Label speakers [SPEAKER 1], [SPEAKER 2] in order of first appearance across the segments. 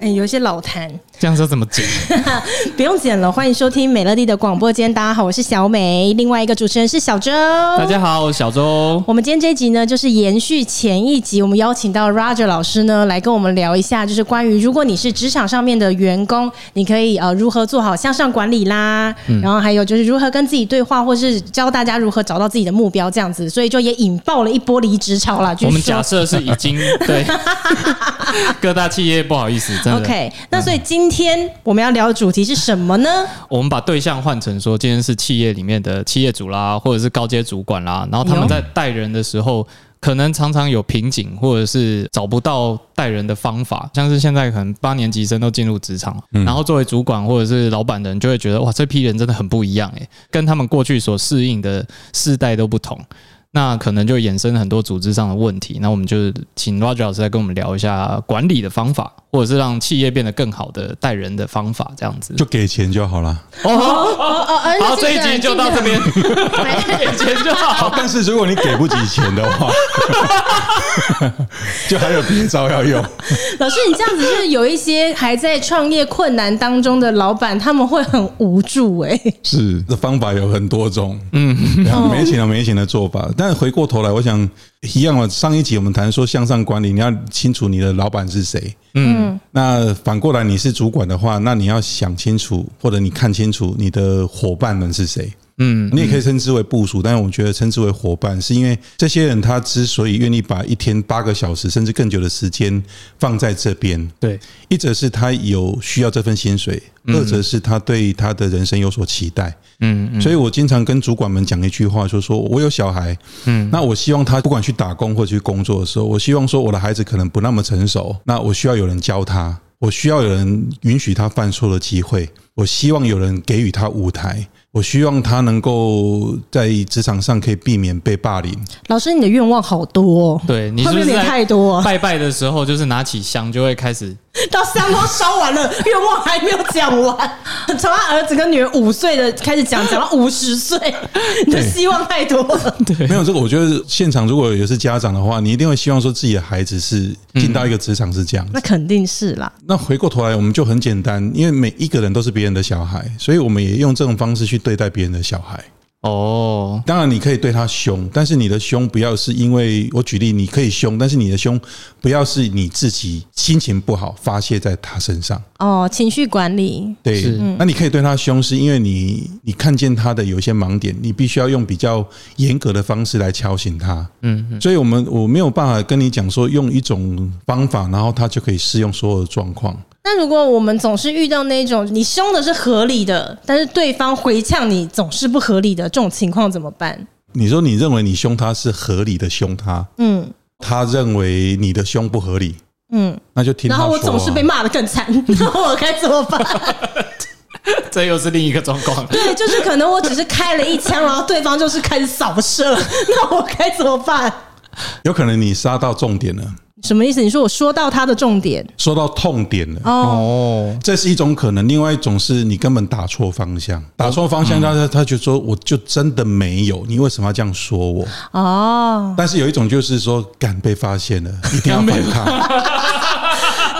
[SPEAKER 1] 哎，有些老痰，
[SPEAKER 2] 这样说怎么剪？
[SPEAKER 1] 不用剪了。欢迎收听美乐蒂的广播间，大家好，我是小美，另外一个主持人是小周。
[SPEAKER 2] 大家好，我是小周。
[SPEAKER 1] 我们今天这一集呢，就是延续前一集，我们邀请到 Roger 老师呢来跟我们聊一下，就是关于如果你是职场上面的员工，你可以呃如何做好向上管理啦，
[SPEAKER 2] 嗯
[SPEAKER 1] 然后还有就是如何跟自己对话，或是教大家如何找到自己的目标这样子，所以就也引爆了一波离职潮啦。据
[SPEAKER 2] 我们
[SPEAKER 1] 说
[SPEAKER 2] 假设是已经 对各大企业不好意思，真的。
[SPEAKER 1] OK，那所以今天我们要聊的主题是什么呢？
[SPEAKER 2] 我们把对象换成说，今天是企业里面的企业主啦，或者是高阶主管啦，然后他
[SPEAKER 1] 哎呦
[SPEAKER 2] 们在带人的时候，可能常常有瓶颈，或者是找不到带人的方法。像是现在可能八年级生都进入职场，然后作为主管或者是老板的人，就会觉得哇，这批人真的很不一样诶、跟他们过去所适应的世代都不同。那可能就衍生很多组织上的问题。那我们就请 Roger 老师来跟我们聊一下管理的方法，或者是让企业变得更好的带人的方法，这样子。
[SPEAKER 3] 就给钱就好了。
[SPEAKER 1] 哦哦，哎
[SPEAKER 2] 嗯好，
[SPEAKER 1] 那
[SPEAKER 2] 这一集就到这边， 给钱就好。
[SPEAKER 3] 但是如果你给不起钱的话， 就还有别招要用。
[SPEAKER 1] 老师，你这样子就是有一些还在创业困难当中的老板，他们会很无助哎、
[SPEAKER 3] 是，这方法有很多种，嗯，没钱有没钱的做法。但是回过头来，我想一样嘛。上一集我们谈说向上管理，你要清楚你的老板是谁，嗯，那反过来你是主管的话，那你要想清楚，或者你看清楚你的伙伴们是谁。嗯，你也可以称之为部署，但是我觉得称之为伙伴，是因为这些人他之所以愿意把一天八个小时甚至更久的时间放在这边，
[SPEAKER 2] 对，
[SPEAKER 3] 一则是他有需要这份薪水，二则是他对他的人生有所期待。
[SPEAKER 2] 嗯嗯
[SPEAKER 3] 所以我经常跟主管们讲一句话，就说我有小孩，嗯，那我希望他不管去打工或去工作的时候，我希望说我的孩子可能不那么成熟，那我需要有人教他，我需要有人允许他犯错的机会，我希望有人给予他舞台。我希望他能够在职场上可以避免被霸凌，
[SPEAKER 1] 老师，你的愿望好多、哦，
[SPEAKER 2] 对，你
[SPEAKER 1] 会
[SPEAKER 2] 是
[SPEAKER 1] 不会
[SPEAKER 2] 不
[SPEAKER 1] 有
[SPEAKER 2] 是
[SPEAKER 1] 点
[SPEAKER 2] 在
[SPEAKER 1] 太多、啊？
[SPEAKER 2] 拜拜的时候，就是拿起香就会开始？
[SPEAKER 1] 到香都烧完了，愿望还没有讲完， 从他儿子跟女儿五岁的开始讲，讲到五十 岁，你的希望太多了。
[SPEAKER 3] 没有这个，我觉得现场如果也是家长的话，你一定会希望说自己的孩子是进到一个职场是这样。
[SPEAKER 1] 那肯定是啦，
[SPEAKER 3] 那回过头来，我们就很简单，因为每一个人都是别人的小孩，所以我们也用这种方式去对待别人的小孩。
[SPEAKER 2] 哦，
[SPEAKER 3] 当然，你可以对他凶，但是你的凶不要是因为我举例，你可以凶，但是你的凶不要是你自己心情不好发泄在他身上。
[SPEAKER 1] 哦，情绪管理，
[SPEAKER 3] 对
[SPEAKER 2] 是，
[SPEAKER 3] 那你可以对他凶，是因为你你看见他的有一些盲点，你必须要用比较严格的方式来敲醒他。
[SPEAKER 2] 嗯
[SPEAKER 3] 所以我们我没有办法跟你讲说用一种方法，然后他就可以适用所有的状况。
[SPEAKER 1] 那如果我们总是遇到那种你凶的是合理的，但是对方回呛你总是不合理的这种情况怎么办？
[SPEAKER 3] 你说你认为你凶他是合理的凶他，
[SPEAKER 1] 嗯
[SPEAKER 3] 他认为你的凶不合理，
[SPEAKER 1] 嗯，
[SPEAKER 3] 那就听他
[SPEAKER 1] 然
[SPEAKER 3] 说啊、
[SPEAKER 1] 后我总是被骂的更 惨，那我该怎么办？
[SPEAKER 2] 这又是另一个状况。
[SPEAKER 1] 对，就是可能我只是开了一枪，然后对方就是开始扫射， 那我该怎么办？
[SPEAKER 3] 有可能你杀到重点了，
[SPEAKER 1] 什么意思？你说我说到他的重点
[SPEAKER 3] 说到痛点了。
[SPEAKER 1] 哦，
[SPEAKER 2] 哦，
[SPEAKER 3] 这是一种可能，另外一种是你根本打错方向，打错方
[SPEAKER 1] 嗯
[SPEAKER 3] 向，他他他就说我就真的没有，你为什么要这样说我？
[SPEAKER 1] 哦，
[SPEAKER 3] 但是有一种就是说，敢被发现了，一定要反抗，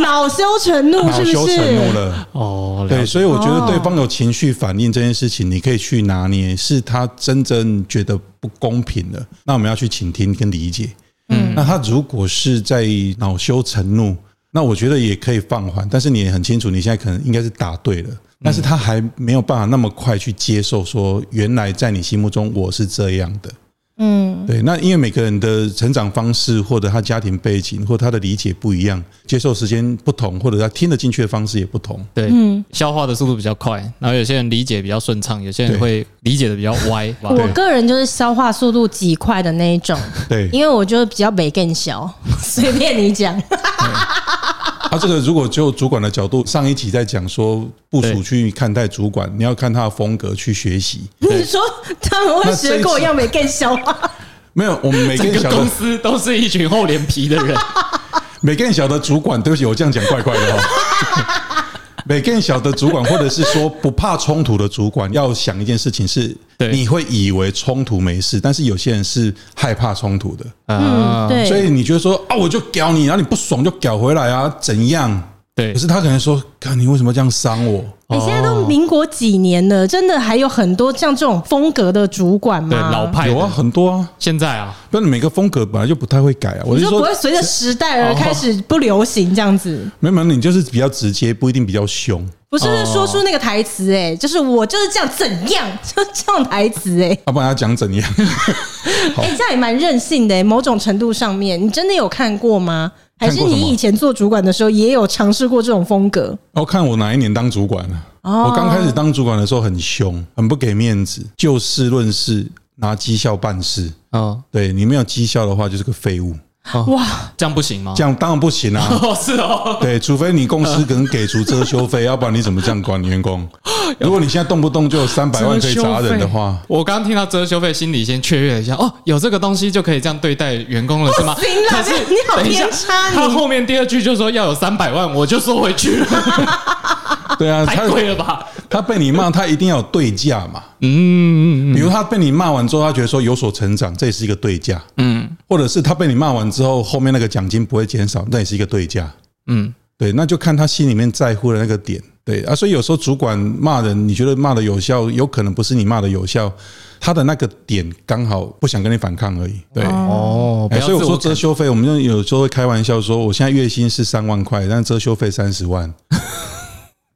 [SPEAKER 1] 恼羞成怒 是
[SPEAKER 3] 恼羞
[SPEAKER 1] 不
[SPEAKER 3] 成怒
[SPEAKER 1] 是？
[SPEAKER 3] 了。
[SPEAKER 2] 哦，
[SPEAKER 3] 对，
[SPEAKER 2] 对，
[SPEAKER 3] 所以我觉得对方有情绪反应这件事情，你可以去拿捏，是他真正觉得不公平了，那我们要去倾听跟理解。嗯，那他如果是在恼羞成怒，那我觉得也可以放缓，但是你也很清楚，你现在可能应该是答对了，但是他还没有办法那么快去接受，说原来在你心目中我是这样的。
[SPEAKER 1] 嗯，
[SPEAKER 3] 对，那因为每个人的成长方式，或者他家庭背景，或他的理解不一样，接受时间不同，或者他听得进去的方式也不同。
[SPEAKER 2] 对，消化的速度比较快，然后有些人理解比较顺畅，有些人
[SPEAKER 3] 对
[SPEAKER 2] 会理解的比较歪。 吧
[SPEAKER 1] 我个人就是消化速度极快的那一种，
[SPEAKER 3] 对，
[SPEAKER 1] 因为我就比较没更小， 随便你讲。
[SPEAKER 3] 他啊这个如果就主管的角度，上一集在讲说部署去看待主管，你要看他的风格去学习。
[SPEAKER 1] 你说他们会学跟我一样没更小吗？
[SPEAKER 3] 没有，我们每个
[SPEAKER 2] 整
[SPEAKER 3] 人
[SPEAKER 2] 个
[SPEAKER 3] 小
[SPEAKER 2] 公
[SPEAKER 3] 的
[SPEAKER 2] 司都是一群 厚脸皮的人。
[SPEAKER 3] 每个人小的主管，对不起，我这样讲怪怪的哈。哦每更小的主管，或者是说不怕冲突的主管，要想一件事情是，
[SPEAKER 2] 对
[SPEAKER 3] 你会以为冲突没事，但是有些人是害怕冲突的，
[SPEAKER 1] 嗯，
[SPEAKER 2] 啊，
[SPEAKER 1] 对，
[SPEAKER 3] 所以你就说啊，我就屌你，然后你不爽就屌回来啊，怎样？
[SPEAKER 2] 对
[SPEAKER 3] 可，是他可能说，看你为什么这样伤我？
[SPEAKER 1] 你、哎现在
[SPEAKER 3] 哦
[SPEAKER 1] 都民国几年了，真的还有很多像这种风格的主管吗？
[SPEAKER 2] 对老派
[SPEAKER 3] 有啊，
[SPEAKER 2] 的，
[SPEAKER 3] 很多啊，
[SPEAKER 2] 现在啊，
[SPEAKER 3] 不然每个风格本来就不太会改啊。我
[SPEAKER 1] 你
[SPEAKER 3] 是
[SPEAKER 1] 说不会，
[SPEAKER 3] 说
[SPEAKER 1] 随着时代而开始不流行这样子，
[SPEAKER 3] 没有没有，你就是比较直接，不一定比较凶
[SPEAKER 1] 不是说出那个台词哎、就是我就是这样怎样， 就这样台词哎、
[SPEAKER 3] 啊要不然要讲怎 样？
[SPEAKER 1] 哎、这样也蛮任性的、欸，某种程度上面，你真的有看过吗？还是
[SPEAKER 3] 看过什
[SPEAKER 1] 你
[SPEAKER 3] 么
[SPEAKER 1] 以前做主管的时候也有尝试过这种风格？
[SPEAKER 3] 要哦看我哪一年当主管了、
[SPEAKER 1] 哦
[SPEAKER 3] 我刚开始当主管的时候很凶，很不给面子，就事论事，拿绩效办事。
[SPEAKER 2] 嗯，
[SPEAKER 3] 对你没有绩效的话，就是个废物，
[SPEAKER 1] 哇，
[SPEAKER 2] 这样不行吗
[SPEAKER 3] 这？样当然不行啊。
[SPEAKER 2] 哦，是哦，
[SPEAKER 3] 对，除非你公司能给足遮羞费，要不然你怎么这样管 员工？如果你现在动不动就有三百万可以砸人的话，
[SPEAKER 2] 我刚刚听到遮羞费，心里先雀跃一下。哦，有这个东西就可以这样对待员工了，是吗？
[SPEAKER 1] 不 行啦
[SPEAKER 2] 可是
[SPEAKER 1] 你好
[SPEAKER 2] 等一下
[SPEAKER 1] 偏差你
[SPEAKER 2] 他后面第二句就说要有三百万，我就收回去了，
[SPEAKER 3] 对 啊，
[SPEAKER 2] 太
[SPEAKER 3] 他
[SPEAKER 2] 贵了吧？
[SPEAKER 3] 他被你骂，他一定要有对价嘛。
[SPEAKER 2] 嗯
[SPEAKER 3] 比如他被你骂完之后，他觉得说有所成长，这也是一个对价；
[SPEAKER 2] 嗯
[SPEAKER 3] 或者是他被你骂完之后，后面那个奖金不会减少，那也是一个对价。
[SPEAKER 2] 嗯，
[SPEAKER 3] 对，那就看他心里面在乎的那个点。对啊，所以有时候主管骂人，你觉得骂的有效，有可能不是你骂的有效，他的那个点刚好不想跟你反抗而已。对，
[SPEAKER 2] 哦
[SPEAKER 3] 哎所以我说遮羞费，我们就有时候会开玩笑说，我现在月薪是三万块，但遮羞费三十万。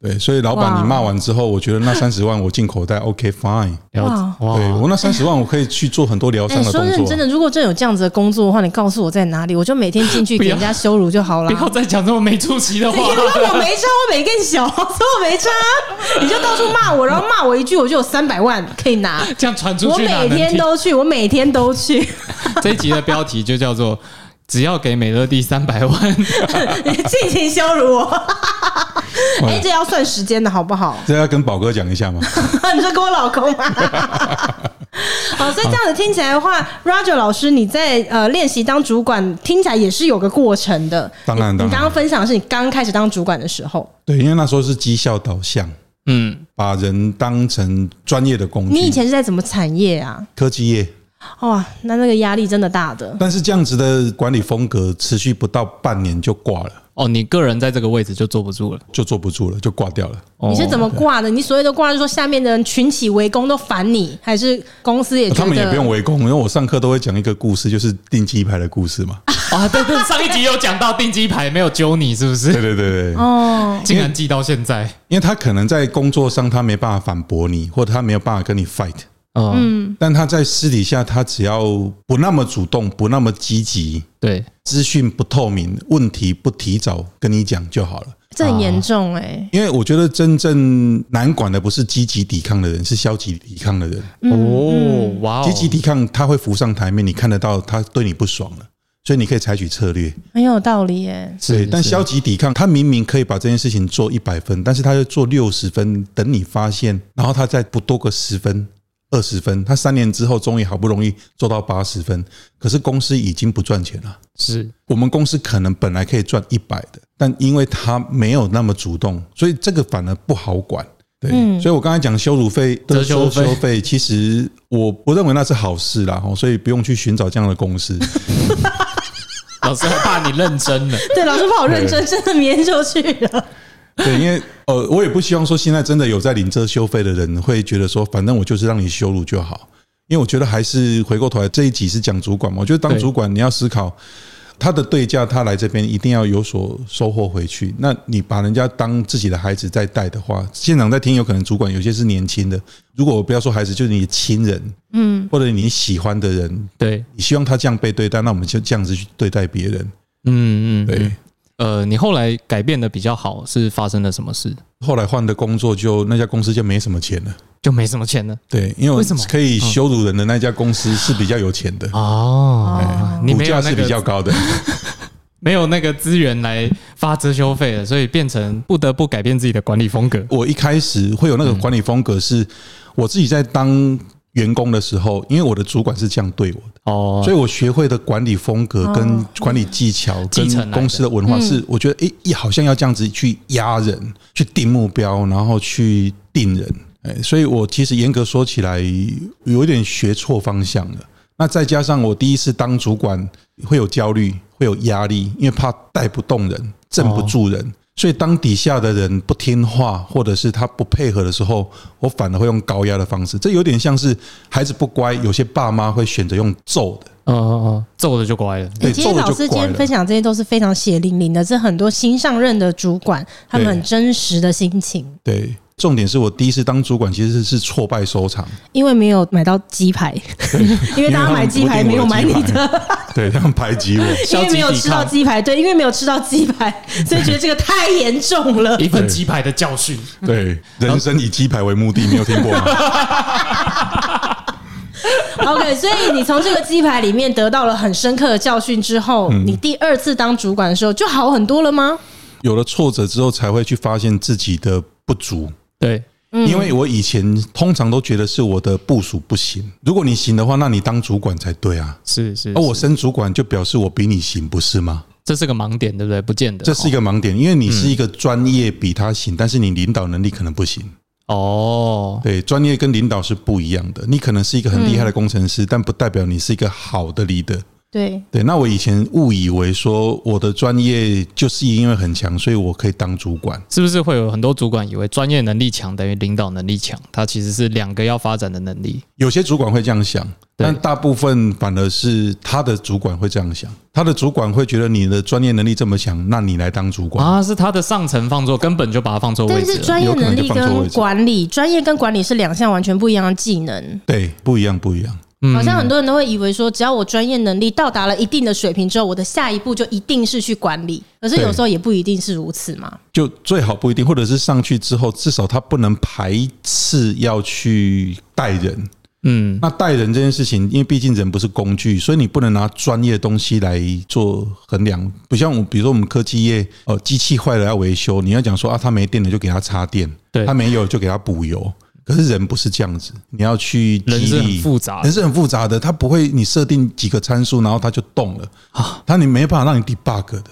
[SPEAKER 3] 对，所以老板
[SPEAKER 1] 哇
[SPEAKER 3] 你骂完之后，我觉得那三十万我进口袋，OK fine。
[SPEAKER 2] 哇
[SPEAKER 3] 对我那三十万我可以去做很多疗
[SPEAKER 1] 哎、
[SPEAKER 3] 伤的
[SPEAKER 1] 说
[SPEAKER 3] 动
[SPEAKER 1] 认
[SPEAKER 3] 作啊
[SPEAKER 1] 真。的，如果真有这样子的工作的话，你告诉我在哪里，我就每天进去给人家羞辱就好了
[SPEAKER 2] 不。要再讲这么没出息的
[SPEAKER 1] 因
[SPEAKER 2] 话
[SPEAKER 1] 为我没差，我没更小， 所以我没差。你就到处骂我，然后骂我一句，我就有三百万可以拿。
[SPEAKER 2] 这样传出
[SPEAKER 1] 我
[SPEAKER 2] 去哪
[SPEAKER 1] 每
[SPEAKER 2] 能
[SPEAKER 1] 天
[SPEAKER 2] 听？
[SPEAKER 1] 都去，我每天都去，
[SPEAKER 2] 这一集的标题就叫做“只要给美乐蒂三百万
[SPEAKER 1] 尽情羞辱我。哎、这要算时间的好不好？
[SPEAKER 3] 这要跟宝哥讲一下嘛。
[SPEAKER 1] 你说跟我老公吗？ 好，所以这样子听起来的话，Roger 老师，你在呃练习当主管，听起来也是有个过程的。
[SPEAKER 3] 当然
[SPEAKER 1] 你
[SPEAKER 3] 当然
[SPEAKER 1] 你刚刚分享的是你刚开始当主管的时候，
[SPEAKER 3] 对，因为那时候是绩效导向，”。
[SPEAKER 2] 嗯，
[SPEAKER 3] 把人当成专业的工具。
[SPEAKER 1] 你以前是在什么产业啊？
[SPEAKER 3] 科技业，
[SPEAKER 1] 哇，那那个压力真的大的。
[SPEAKER 3] 但是这样子的管理风格持续不到半年就挂了，
[SPEAKER 2] 哦，你个人在这个位置就坐不住了。
[SPEAKER 3] 就坐不住了，就挂掉了。
[SPEAKER 2] 哦
[SPEAKER 1] 你是怎么挂的？你所谓的挂是说下面的人群起围攻都烦你，还是公司哎也觉得
[SPEAKER 3] 他们也不用围攻，因为我上课都会讲一个故事，就是定鸡排的故事 嘛。
[SPEAKER 2] 啊？对对，上一集有讲到定鸡排没有揪你，是不
[SPEAKER 3] 对
[SPEAKER 2] 是？
[SPEAKER 3] 对对对，
[SPEAKER 1] 哦？
[SPEAKER 2] 竟然记到现在。
[SPEAKER 3] 因为他可能在工作上他没办法反驳你，或者他没有办法跟你 fight，
[SPEAKER 2] 嗯，
[SPEAKER 3] 但他在私底下他只要不那么主动，不那么积极，
[SPEAKER 2] 对，
[SPEAKER 3] 资讯不透明，问题不提早跟你讲就好了。
[SPEAKER 1] 这很严重哎、
[SPEAKER 3] 因为我觉得真正难管的不是积极抵抗的人，是消极抵抗的人。
[SPEAKER 2] 哦，哇哦，
[SPEAKER 3] 积极抵抗他会浮上台面，你看得到他对你不爽了，所以你可以采取策略。
[SPEAKER 1] 很有道理哎、
[SPEAKER 3] 对，
[SPEAKER 2] 是，
[SPEAKER 3] 但消极抵抗，他明明可以把这件事情做一百分，但是他就做六十分，等你发现，然后他再不多个十分、二十分，他三年之后终于好不容易做到八十分，可是公司已经不赚钱了。
[SPEAKER 2] 是
[SPEAKER 3] 我们公司可能本来可以赚一百的，但因为他没有那么主动，所以这个反而不好管。对，所以我刚才讲羞辱费、
[SPEAKER 2] 遮羞费
[SPEAKER 3] 遮费，其实我不认为那是好事啦，吼所以不用去寻找这样的公司。
[SPEAKER 2] 老师，我怕你认真了。
[SPEAKER 1] 对，老师不好认真，真的明天就去了。
[SPEAKER 3] 对，因为呃，我也不希望说现在真的有在领遮羞费的人会觉得说，反正我就是让你羞辱就好。因为我觉得还是回过头来，这一集是讲主管嘛，我觉得当
[SPEAKER 2] 对
[SPEAKER 3] 主管你要思考他的对价，他来这边一定要有所收获回去。那你把人家当自己的孩子在带的话，现场在听，有可能主管有些是年轻的，如果我不要说孩子，就是你的亲人，嗯，或者你喜欢的人，
[SPEAKER 2] 对，
[SPEAKER 3] 你希望他这样被对待，那我们就这样子去对待别人。
[SPEAKER 2] 嗯嗯，
[SPEAKER 3] 对，
[SPEAKER 2] 嗯。呃，你后来改变的比较好，是发生了什么事？
[SPEAKER 3] 后来换的工作就那家公司就没什么钱了。
[SPEAKER 2] 就没什么钱了。
[SPEAKER 3] 对，因为我
[SPEAKER 2] 为什么
[SPEAKER 3] 可以羞辱人的那家公司是比较有钱的，
[SPEAKER 2] 哦，你
[SPEAKER 3] 哎股
[SPEAKER 2] 没有
[SPEAKER 3] 价
[SPEAKER 2] 那
[SPEAKER 3] 是比较
[SPEAKER 2] 个嗯
[SPEAKER 3] 高的。
[SPEAKER 2] 没有那个资源来发遮羞费了，所以变成不得不改变自己的管理风格。
[SPEAKER 3] 我一开始会有那个管理风格，是我自己在当员工的时候，因为我的主管是这样对我的，
[SPEAKER 2] 哦，
[SPEAKER 3] 所以我学会的管理风格、跟管理技巧、
[SPEAKER 2] 嗯继承来
[SPEAKER 3] 跟
[SPEAKER 2] 的嗯
[SPEAKER 3] 公司的文化，是我觉得诶、好像要这样子去压人、去定目标，然后去定人。哎，所以我其实严格说起来，有一点学错方向了。那再加上我第一次当主管，会有焦虑，会有压力，因为怕带不动人、镇不住
[SPEAKER 2] 哦
[SPEAKER 3] 人。所以，当底下的人不听话，或者是他不配合的时候，我反而会用高压的方式。这有点像是孩子不乖，有些爸妈会选择用揍的。
[SPEAKER 2] 嗯嗯嗯，揍的就乖了。
[SPEAKER 3] 对
[SPEAKER 1] 欸今天
[SPEAKER 3] 揍了
[SPEAKER 1] 老
[SPEAKER 3] 就
[SPEAKER 1] 师今
[SPEAKER 3] 乖
[SPEAKER 1] 天
[SPEAKER 3] 了
[SPEAKER 1] 分享这些都是非常血淋淋的，这很多新上任的主管他们
[SPEAKER 3] 对
[SPEAKER 1] 很真实的心情，
[SPEAKER 3] 对，重点是我第一次当主管，其实是是挫败收场。
[SPEAKER 1] 因为没有买到鸡排，因为大家买鸡排没有买你的，
[SPEAKER 3] 对，他们排 挤我。
[SPEAKER 1] 因
[SPEAKER 2] 消
[SPEAKER 1] 为
[SPEAKER 2] 极
[SPEAKER 1] 没
[SPEAKER 2] 抵
[SPEAKER 1] 有
[SPEAKER 2] 抗
[SPEAKER 1] 吃到鸡排，对，因为没有吃到鸡排，所以觉得这个太严重了。
[SPEAKER 2] 一份鸡排的教训，
[SPEAKER 3] 对，人生以鸡排为目的，没有啊听过 吗？
[SPEAKER 1] OK，所以你从这个鸡排里面得到了很深刻的教训之后，
[SPEAKER 2] 嗯
[SPEAKER 1] 你第二次当主管的时候就好很多了吗？
[SPEAKER 3] 有了挫折之后，才会去发现自己的不足。
[SPEAKER 2] 对，
[SPEAKER 3] 因为我以前通常都觉得是我的部署不行，如果你行的话，那你当主管才对啊。
[SPEAKER 2] 是是。
[SPEAKER 3] 而我
[SPEAKER 2] 是
[SPEAKER 3] 升主管就表示我比你行，不是吗？
[SPEAKER 2] 这是个盲点，对不对？不见得，
[SPEAKER 3] 这是一个盲点，因为你是一个专业比他行，但是你领导能力可能不行。
[SPEAKER 2] 哦，
[SPEAKER 3] 对，专业跟领导是不一样的。你可能是一个很厉害的工程
[SPEAKER 2] 嗯
[SPEAKER 3] 师，但不代表你是一个好的 leader。
[SPEAKER 1] 对，
[SPEAKER 3] 对，那我以前误以为说我的专业就是因为很强，所以我可以当主管。
[SPEAKER 2] 是不是会有很多主管以为专业能力强等于领导能力强？它其实是两个要发展的能力。
[SPEAKER 3] 有些主管会这样想，
[SPEAKER 2] 对
[SPEAKER 3] 但大部分反而是他的主管会这样想，他的主管会觉得你的专业能力这么强，那你来当主管。
[SPEAKER 2] 啊，是他的上层放错，根本就把它放错位
[SPEAKER 1] 但
[SPEAKER 2] 置
[SPEAKER 1] 是
[SPEAKER 2] 了。
[SPEAKER 1] 专业能力
[SPEAKER 3] 有可能就放错
[SPEAKER 1] 跟
[SPEAKER 3] 位置
[SPEAKER 1] 管理，专业跟管理是两项完全不一样的技能。
[SPEAKER 3] 对，不一样，不一样。
[SPEAKER 2] 嗯
[SPEAKER 1] 好像很多人都会以为说，只要我专业能力到达了一定的水平之后，我的下一步就一定是去管理。可是有时候也不一定是如此 嘛。
[SPEAKER 3] 就最好不一定，或者是上去之后，至少他不能排斥要去带人。
[SPEAKER 2] 嗯，
[SPEAKER 3] 那带人这件事情，因为毕竟人不是工具，所以你不能拿专业的东西来做衡量。不像我，比如说我们科技业，呃，机器坏了要维修，你要讲说啊，它没电了就给它插电，
[SPEAKER 2] 对
[SPEAKER 3] 它没有就给它补油。可是人不是这样子，你要去激
[SPEAKER 2] 人是很
[SPEAKER 3] 励。
[SPEAKER 2] 复杂的
[SPEAKER 3] 人。是很复杂的，它不会你设定几个参数，然后它就动了
[SPEAKER 2] 啊
[SPEAKER 3] 它你没办法让你 debug 的。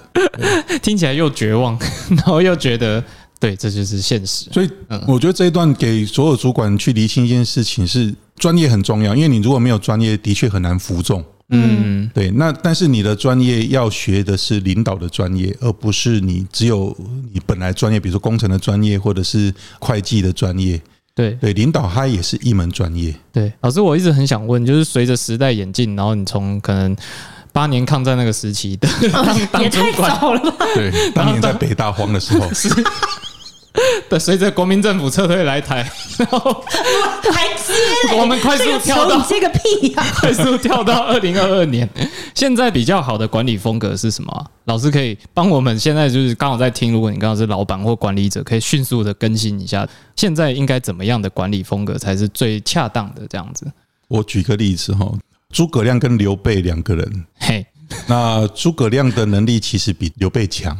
[SPEAKER 2] 听起来又绝望， 然后又觉得对，这就是现实。
[SPEAKER 3] 所以我觉得这一段给所有主管去厘清一件事情是专业很重要，因为你如果没有专业，的确很难服众。
[SPEAKER 2] 嗯，
[SPEAKER 3] 对，那但是你的专业要学的是领导的专业，而不是你只有你本来专业，比如说工程的专业或者是会计的专业。
[SPEAKER 2] 对
[SPEAKER 3] 对，领导它也是一门专业。
[SPEAKER 2] 对，老师，我一直很想问，就是随着时代演进，然后你从可能八年抗战那个时期的当
[SPEAKER 1] 哦也
[SPEAKER 2] 当主
[SPEAKER 1] 太
[SPEAKER 2] 管
[SPEAKER 1] 早了吧？
[SPEAKER 3] 对，当年在北大荒的时候，
[SPEAKER 2] 的，随着国民政府撤退来台，然后
[SPEAKER 1] 还接嘞？
[SPEAKER 2] 我们 快
[SPEAKER 1] 这
[SPEAKER 2] 速
[SPEAKER 1] 个球
[SPEAKER 2] 跳
[SPEAKER 1] 你
[SPEAKER 2] 到
[SPEAKER 1] 接个屁啊呀、
[SPEAKER 2] 快速跳到二零二二年，现在比较好的管理风格是什么啊、老师可以帮我们现在就是刚好在听，如果你刚好是老板或管理者，可以迅速的更新一下，现在应该怎么样的管理风格才是最恰当的这样子？
[SPEAKER 3] 我举个例子哈，诸葛亮跟刘备两个人，
[SPEAKER 2] 嘿，
[SPEAKER 3] 那诸葛亮的能力其实比刘备强，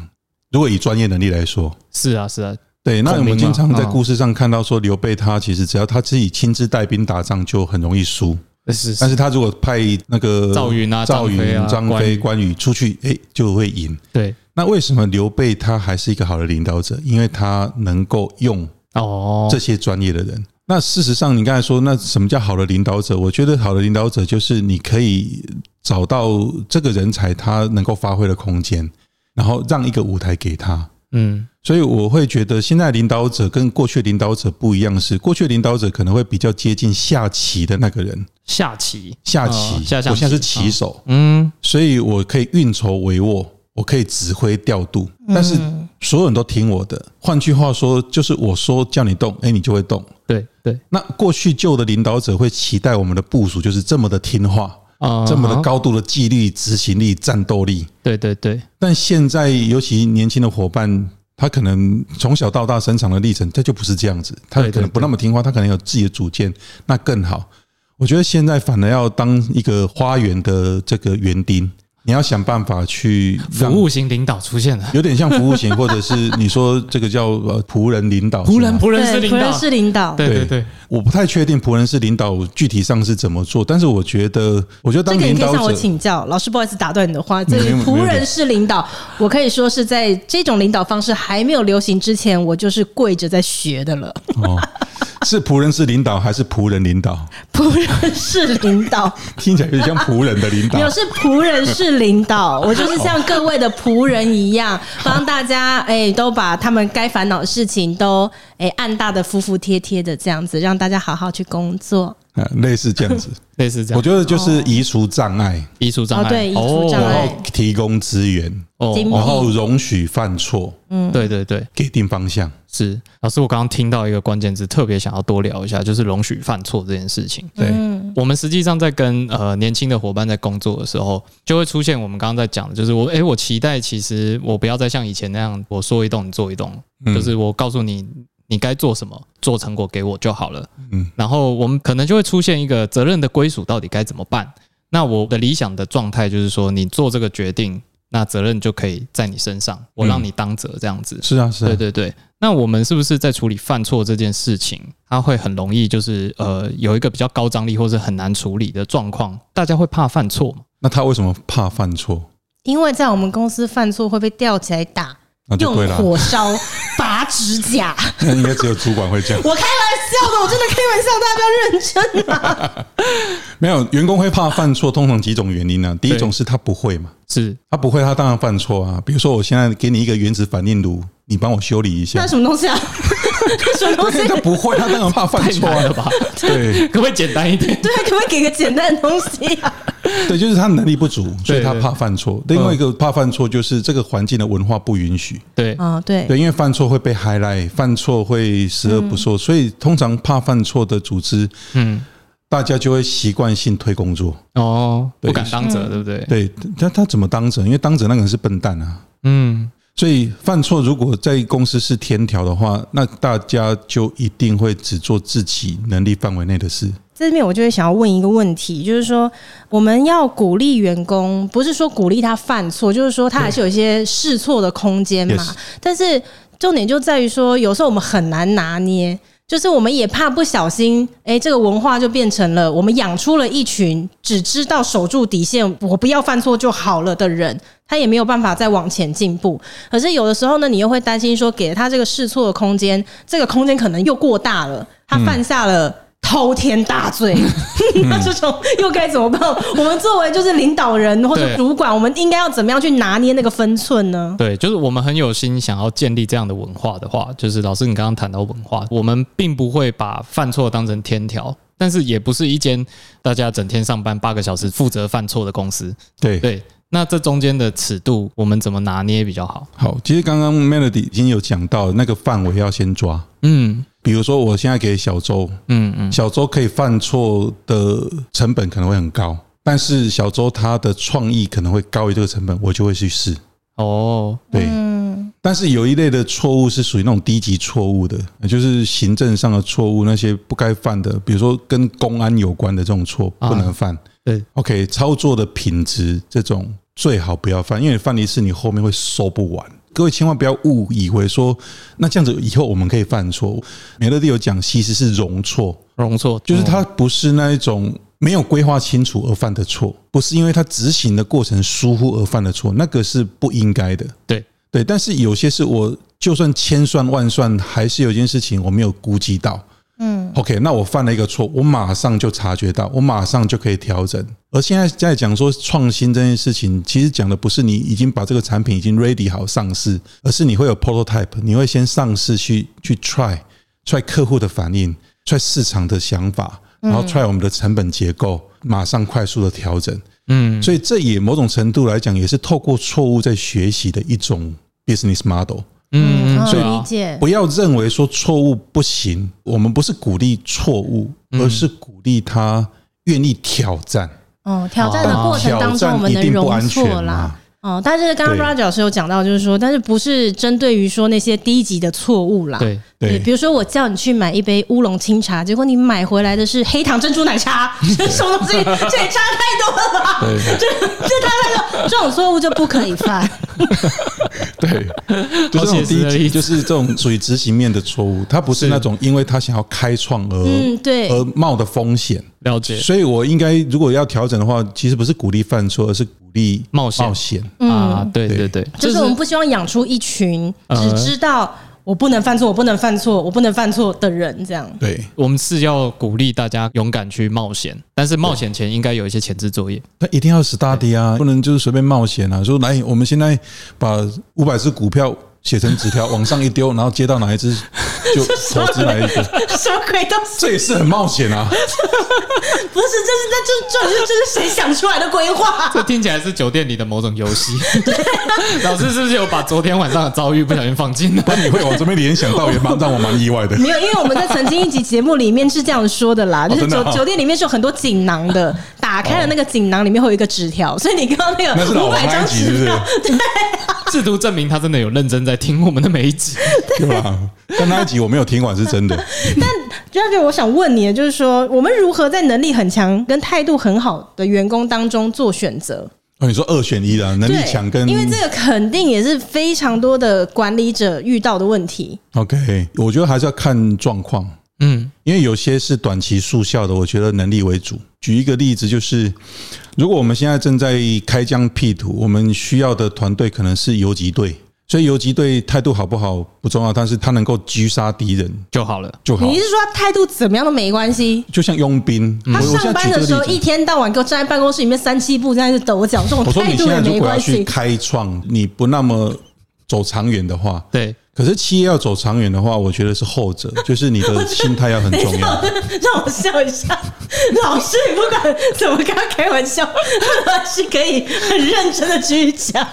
[SPEAKER 3] 如果以专业能力来说。
[SPEAKER 2] 是啊，是啊，
[SPEAKER 3] 对，那我
[SPEAKER 2] 孔明
[SPEAKER 3] 们
[SPEAKER 2] 嘛
[SPEAKER 3] 经常在
[SPEAKER 2] 嗯
[SPEAKER 3] 故事上看到说，刘备他其实只要他自己亲自带兵打仗，就很容易输。
[SPEAKER 2] 是
[SPEAKER 3] 但
[SPEAKER 2] 是，
[SPEAKER 3] 呃是他如果派那个
[SPEAKER 2] 赵云啊
[SPEAKER 3] 赵云
[SPEAKER 2] 张飞啊、
[SPEAKER 3] 张
[SPEAKER 2] 关
[SPEAKER 3] 飞、
[SPEAKER 2] 羽
[SPEAKER 3] 关羽出去，哎，就会赢。
[SPEAKER 2] 对，
[SPEAKER 3] 那为什么刘备他还是一个好的领导者？因为他能够用
[SPEAKER 2] 哦，
[SPEAKER 3] 这些专业的人。那事实上，你刚才说，那什么叫好的领导者？我觉得好的领导者就是你可以找到这个人才他能够发挥的空间，然后让一个舞台给他。
[SPEAKER 2] 嗯，
[SPEAKER 3] 所以我会觉得，现在领导者跟过去领导者不一样是，过去领导者可能会比较接近下棋的那个人，
[SPEAKER 2] 下棋，
[SPEAKER 3] 下
[SPEAKER 2] 哦
[SPEAKER 3] 棋，
[SPEAKER 2] 下象棋
[SPEAKER 3] 我现在是棋手，
[SPEAKER 2] 嗯，
[SPEAKER 3] 所以我可以运筹帷幄，我可以指挥调度，但是所有人都听我的。换句话说，就是我说叫你动，哎，你就会动。
[SPEAKER 2] 对对，
[SPEAKER 3] 那过去旧的领导者会期待我们的部署就是这么的听话，
[SPEAKER 2] 啊
[SPEAKER 3] 这么的，高度的纪律、执行力、战斗力。
[SPEAKER 2] 对对对，
[SPEAKER 3] 但现在尤其年轻的伙伴，他可能从小到大生长的历程，他就不是这样子，他
[SPEAKER 2] 对对
[SPEAKER 3] 可能不那么听话，他可能有自己的主见，那更好。我觉得现在反而要当一个花园的这个园丁，你要想办法去
[SPEAKER 2] 服
[SPEAKER 3] 让
[SPEAKER 2] 务型领导出现了，
[SPEAKER 3] 有点像服务型，或者是你说这个叫呃仆人领 导。
[SPEAKER 2] 仆人
[SPEAKER 3] 是吗
[SPEAKER 2] 仆人是
[SPEAKER 1] 对，
[SPEAKER 2] 领
[SPEAKER 1] 仆人
[SPEAKER 2] 导，
[SPEAKER 1] 是领导，
[SPEAKER 2] 对对对，
[SPEAKER 3] 我不太确定仆人式领导具体上是怎么做，但是我觉得，我觉
[SPEAKER 1] 这
[SPEAKER 3] 得当
[SPEAKER 1] 个你
[SPEAKER 3] 领
[SPEAKER 1] 可以
[SPEAKER 3] 导
[SPEAKER 1] 向我
[SPEAKER 3] 者，
[SPEAKER 1] 请教。老师，不好意思打断你的话，这
[SPEAKER 3] 没
[SPEAKER 1] 里
[SPEAKER 3] 有没
[SPEAKER 1] 仆
[SPEAKER 3] 有
[SPEAKER 1] 人式领导，我可以说是在这种领导方式还没有流行之前，我就是跪着在学的 了。
[SPEAKER 3] 哦，是仆人式领导还是仆人领导？
[SPEAKER 1] 仆人式领 导，
[SPEAKER 3] 听起来有点像仆人的领 导
[SPEAKER 1] 没。有是仆人式领 导，我就是像各位的仆人一样，帮大家哎、都把他们该烦恼的事情都哎、按大的服服帖帖的这样子，让大家好好去工作。
[SPEAKER 3] 啊，类似这样子，
[SPEAKER 2] 类似这
[SPEAKER 3] 我
[SPEAKER 2] 样。
[SPEAKER 3] 觉得就是移除障碍，
[SPEAKER 2] 移除障
[SPEAKER 1] 哦
[SPEAKER 2] 碍，
[SPEAKER 1] 对移除障
[SPEAKER 3] 然
[SPEAKER 1] 碍
[SPEAKER 3] 后提供资源，
[SPEAKER 2] 哦
[SPEAKER 1] 经
[SPEAKER 2] 哦
[SPEAKER 3] 然后容许犯错，
[SPEAKER 2] 哦，对对对，
[SPEAKER 3] 给定方向。
[SPEAKER 2] 是老师，我刚刚听到一个关键字，特别想要多聊一下，就是容许犯错这件事情。
[SPEAKER 3] 对，
[SPEAKER 1] 嗯
[SPEAKER 2] 我们实际上在跟呃年轻的伙伴在工作的时候，就会出现我们刚刚在讲的，就是我诶，我期待其实我不要再像以前那样，我说一动你做一动，
[SPEAKER 3] 嗯
[SPEAKER 2] 就是我告诉你你该做什么，做成果给我就好了。
[SPEAKER 3] 嗯
[SPEAKER 2] 然后我们可能就会出现一个责任的归属到底该怎么办？那我的理想的状态就是说，你做这个决定，那责任就可以在你身上，我
[SPEAKER 3] 嗯
[SPEAKER 2] 让你当责这样子。
[SPEAKER 3] 是啊，是
[SPEAKER 2] 对
[SPEAKER 3] 啊，
[SPEAKER 2] 对对，那我们是不是在处理犯错这件事情，它会很容易就是呃有一个比较高张力或是很难处理的状况？大家会怕犯错嘛？
[SPEAKER 3] 那他为什么怕犯错？
[SPEAKER 1] 因为在我们公司犯错会被吊起来打，
[SPEAKER 3] 那就
[SPEAKER 1] 用
[SPEAKER 3] 对了，
[SPEAKER 1] 火烧、拔指甲。
[SPEAKER 3] 那应该只有主管会这样。
[SPEAKER 1] 我开玩笑的，我真的开玩笑，大家不要认真。啊
[SPEAKER 3] 没有，员工会怕犯错，通常几种原因呢、啊第一
[SPEAKER 2] 对
[SPEAKER 3] 种是他不会嘛，
[SPEAKER 2] 是
[SPEAKER 3] 他不会，他当然犯错啊。比如说，我现在给你一个原子反应炉，你帮我修理一下
[SPEAKER 1] 那。什么东 西啊？什么东西？
[SPEAKER 3] 对 他不会，他当然怕 犯
[SPEAKER 2] 太
[SPEAKER 3] 错
[SPEAKER 2] 难了
[SPEAKER 3] 啊。
[SPEAKER 2] 吧？
[SPEAKER 3] 对
[SPEAKER 2] 可不可以简单一点？
[SPEAKER 1] 对，啊可不可以给个简单的东西啊？
[SPEAKER 3] 对，就是他能力不足，所以他
[SPEAKER 2] 对对嗯
[SPEAKER 3] 怕犯错。另外一个怕犯错就是这个环境的文化不允许。
[SPEAKER 2] 对，
[SPEAKER 1] 啊，对，嗯
[SPEAKER 3] 对，因为犯错会被 highlight，犯错会十恶不赦，所以通常怕犯错的组织，
[SPEAKER 2] 嗯，
[SPEAKER 3] 大家就会习惯性推工作。
[SPEAKER 2] 哦，
[SPEAKER 3] 对
[SPEAKER 2] 不敢当责，对不对？
[SPEAKER 3] 对，他他怎么当责？因为当责那个人是笨蛋啊。
[SPEAKER 2] 嗯，
[SPEAKER 3] 所以犯错如果在公司是天条的话，那大家就一定会只做自己能力范围内的事。
[SPEAKER 1] 这边我就会想要问一个问题，就是说我们要鼓励员工，不是说鼓励他犯错，就是说他还是有一些试错的空间嘛
[SPEAKER 3] Yes。
[SPEAKER 1] 但是重点就在于说，有时候我们很难拿捏。就是我们也怕不小心，哎、这个文化就变成了我们养出了一群只知道守住底线，我不要犯错就好了的人，他也没有办法再往前进步。可是有的时候呢，你又会担心说，给了他这个试错的空间，这个空间可能又过大了，他犯下了。滔天大罪，那这种又该怎么办？我们作为就是领导人或者
[SPEAKER 2] 对
[SPEAKER 1] 主管，我们应该要怎么样去拿捏那个分寸呢？
[SPEAKER 2] 对，就是我们很有心想要建立这样的文化的话，就是老师你刚刚谈到文化，我们并不会把犯错当成天条，但是也不是一间大家整天上班八个小时负责犯错的公司。
[SPEAKER 3] 对，
[SPEAKER 2] 对，那这中间的尺度，我们怎么拿捏比较好？
[SPEAKER 3] 好，其实刚刚 Melody 已经有讲到那个范围要先抓，
[SPEAKER 2] 嗯
[SPEAKER 3] 比如说我现在给小周，
[SPEAKER 2] 嗯嗯，
[SPEAKER 3] 小周可以犯错的成本可能会很高，但是小周他的创意可能会高于这个成本，我就会去试。
[SPEAKER 2] 哦，
[SPEAKER 3] 对，
[SPEAKER 1] 嗯，
[SPEAKER 3] 但是有一类的错误是属于那种低级错误的，就是行政上的错误，那些不该犯的，比如说跟公安有关的这种错
[SPEAKER 2] 啊
[SPEAKER 3] 不能犯。
[SPEAKER 2] 对
[SPEAKER 3] ，OK，操作的品质这种最好不要犯，因为你犯了一次，你后面会收不完。各位千万不要误以为说，那这样子以后我们可以犯错。美乐蒂有讲，其实是容错，
[SPEAKER 2] 容错哦
[SPEAKER 3] 就是
[SPEAKER 2] 他
[SPEAKER 3] 它不是那一种没有规划清楚而犯的错，不是因为它执行的过程疏忽而犯的错，那个是不应该的。
[SPEAKER 2] 对
[SPEAKER 3] 对，但是有些是我就算千算万算，还是有一件事情我没有估计到。嗯，OK，那我犯了一个错，我马上就察觉到，我马上就可以调整。而现在在讲说创新这件事情，其实讲的不是你已经把这个产品已经 ready 好上市，而是你会有 prototype，你会先上市去去 try，try 客户的反应，try 市场的想法，然后 try 我们的成本结构，马上快速的调整。
[SPEAKER 2] 嗯
[SPEAKER 3] 所以这也某种程度来讲，也是透过错误在学习的一种 business model。
[SPEAKER 2] 嗯
[SPEAKER 1] 嗯，
[SPEAKER 2] 嗯，
[SPEAKER 1] 所
[SPEAKER 2] 所
[SPEAKER 1] 以
[SPEAKER 2] 以
[SPEAKER 1] 理解，
[SPEAKER 3] 啊不要认为说错误不行，我们不是鼓励错误，
[SPEAKER 1] 嗯
[SPEAKER 3] 而是鼓励他愿意挑战。
[SPEAKER 1] 哦，挑战的
[SPEAKER 2] 但
[SPEAKER 1] 过程
[SPEAKER 3] 挑
[SPEAKER 1] 当中，我
[SPEAKER 3] 战
[SPEAKER 1] 们
[SPEAKER 3] 一
[SPEAKER 1] 能
[SPEAKER 3] 定不
[SPEAKER 1] 容
[SPEAKER 3] 安
[SPEAKER 1] 错
[SPEAKER 3] 全啊
[SPEAKER 1] 啦
[SPEAKER 3] 嘛。？
[SPEAKER 1] 哦，但是刚刚
[SPEAKER 3] 对
[SPEAKER 1] Roger 老师有讲到，就是说，但是不是针对于说那些低级的错误啦？
[SPEAKER 2] 对，
[SPEAKER 3] 对
[SPEAKER 1] 比如说我叫你去买一杯乌龙清茶，结果你买回来的是黑糖珍珠奶 茶，这什么东西？这也差太多了吧？
[SPEAKER 3] 对
[SPEAKER 1] 这这差太多，这种错误就不可以 犯。
[SPEAKER 3] 对，就
[SPEAKER 2] 好写实
[SPEAKER 3] 是这种
[SPEAKER 2] 的
[SPEAKER 3] 低
[SPEAKER 2] 例
[SPEAKER 3] 级，
[SPEAKER 2] 子
[SPEAKER 3] 就是这种属于执行面的错误，它不是
[SPEAKER 2] 是
[SPEAKER 3] 那种因为他想要开创而
[SPEAKER 1] 嗯对
[SPEAKER 3] 而冒的风险。
[SPEAKER 2] 了解
[SPEAKER 3] 所以我应该如果要调整的话，其实不是鼓励犯错，而是鼓励
[SPEAKER 2] 冒险
[SPEAKER 3] 冒险。
[SPEAKER 2] 啊，对
[SPEAKER 3] 对
[SPEAKER 2] 对对，
[SPEAKER 1] 就是我们不希望养出一群只
[SPEAKER 2] 呃
[SPEAKER 1] 知道我不能犯错，我不能犯错，我不能犯错的人，这样。
[SPEAKER 3] 对，
[SPEAKER 2] 我们是要鼓励大家勇敢去冒险，但是冒险前应该有一些前置作业。
[SPEAKER 3] 那一定要 study 啊，不能就是随便冒险啊。说来，我们现在把五百只股票写成 纸条，往上一丢，然后接到哪一只就投资哪一个，
[SPEAKER 1] 什么鬼东西？
[SPEAKER 3] 这也是很冒险 啊。
[SPEAKER 1] 不是，这是那这这这这是谁想出来的规划？
[SPEAKER 2] 这听起来是酒店里的某种游 戏。老师是不是有把昨天晚上的遭遇不小心放进来？
[SPEAKER 3] 那你会往这边联想到，也蛮让我蛮 意外的。
[SPEAKER 1] 没有，因为我们在曾经一集节目里面是这样说的啦，就是
[SPEAKER 3] 真的
[SPEAKER 1] 酒
[SPEAKER 3] 啊
[SPEAKER 1] 酒店里面是有很多锦囊的，打开了那个锦囊里面会有一个纸条，所以你刚刚那
[SPEAKER 3] 哦那是
[SPEAKER 1] 个
[SPEAKER 3] 老
[SPEAKER 1] 五
[SPEAKER 3] 王
[SPEAKER 1] 百
[SPEAKER 3] 那
[SPEAKER 1] 张
[SPEAKER 3] 一集是
[SPEAKER 1] 纸
[SPEAKER 3] 不
[SPEAKER 1] 条，
[SPEAKER 3] 是？
[SPEAKER 2] 试图证明他真的有认真在听我们的每一集。
[SPEAKER 3] 对吧？但那一集我没有听完是真的。
[SPEAKER 1] 就像就我想问你，就是说我们如何在能力很强跟态度很好的员工当中做选择？
[SPEAKER 3] 哦，你说二选一的啊能
[SPEAKER 1] 对，
[SPEAKER 3] 力强跟
[SPEAKER 1] 因为这个肯定也是非常多的管理者遇到的问题。
[SPEAKER 3] OK，我觉得还是要看状况。
[SPEAKER 2] 嗯，
[SPEAKER 3] 因为有些是短期速效的，我觉得能力为主。举一个例子，就是如果我们现在正在开疆辟土，我们需要的团队可能是游击队，所以游击队态度好不好不重要，但是他能够击杀敌人
[SPEAKER 2] 就好了。
[SPEAKER 3] 就好
[SPEAKER 1] 你。是说他态度怎么样都没关系？
[SPEAKER 3] 就像佣兵，我
[SPEAKER 1] 他
[SPEAKER 3] 我
[SPEAKER 1] 上
[SPEAKER 3] 现在
[SPEAKER 1] 班
[SPEAKER 3] 举这
[SPEAKER 1] 的时
[SPEAKER 3] 个
[SPEAKER 1] 候一
[SPEAKER 3] 例子。
[SPEAKER 1] 天到晚给我站在办公室里面三七步在那里抖脚，这种
[SPEAKER 3] 我说
[SPEAKER 1] 态
[SPEAKER 3] 你
[SPEAKER 1] 度
[SPEAKER 3] 现
[SPEAKER 1] 也
[SPEAKER 3] 在如
[SPEAKER 1] 没
[SPEAKER 3] 果要
[SPEAKER 1] 关
[SPEAKER 3] 去
[SPEAKER 1] 系。
[SPEAKER 3] 开创，你不那么走长远的话，
[SPEAKER 2] 对，
[SPEAKER 3] 可是企业要走长远的话，我觉得是后者，就是你的心态要很
[SPEAKER 1] 等一
[SPEAKER 3] 重
[SPEAKER 1] 下， 我。让
[SPEAKER 3] 要
[SPEAKER 1] 我笑一下。老师，你不管怎么跟他开玩笑，他是可以很认真的去讲。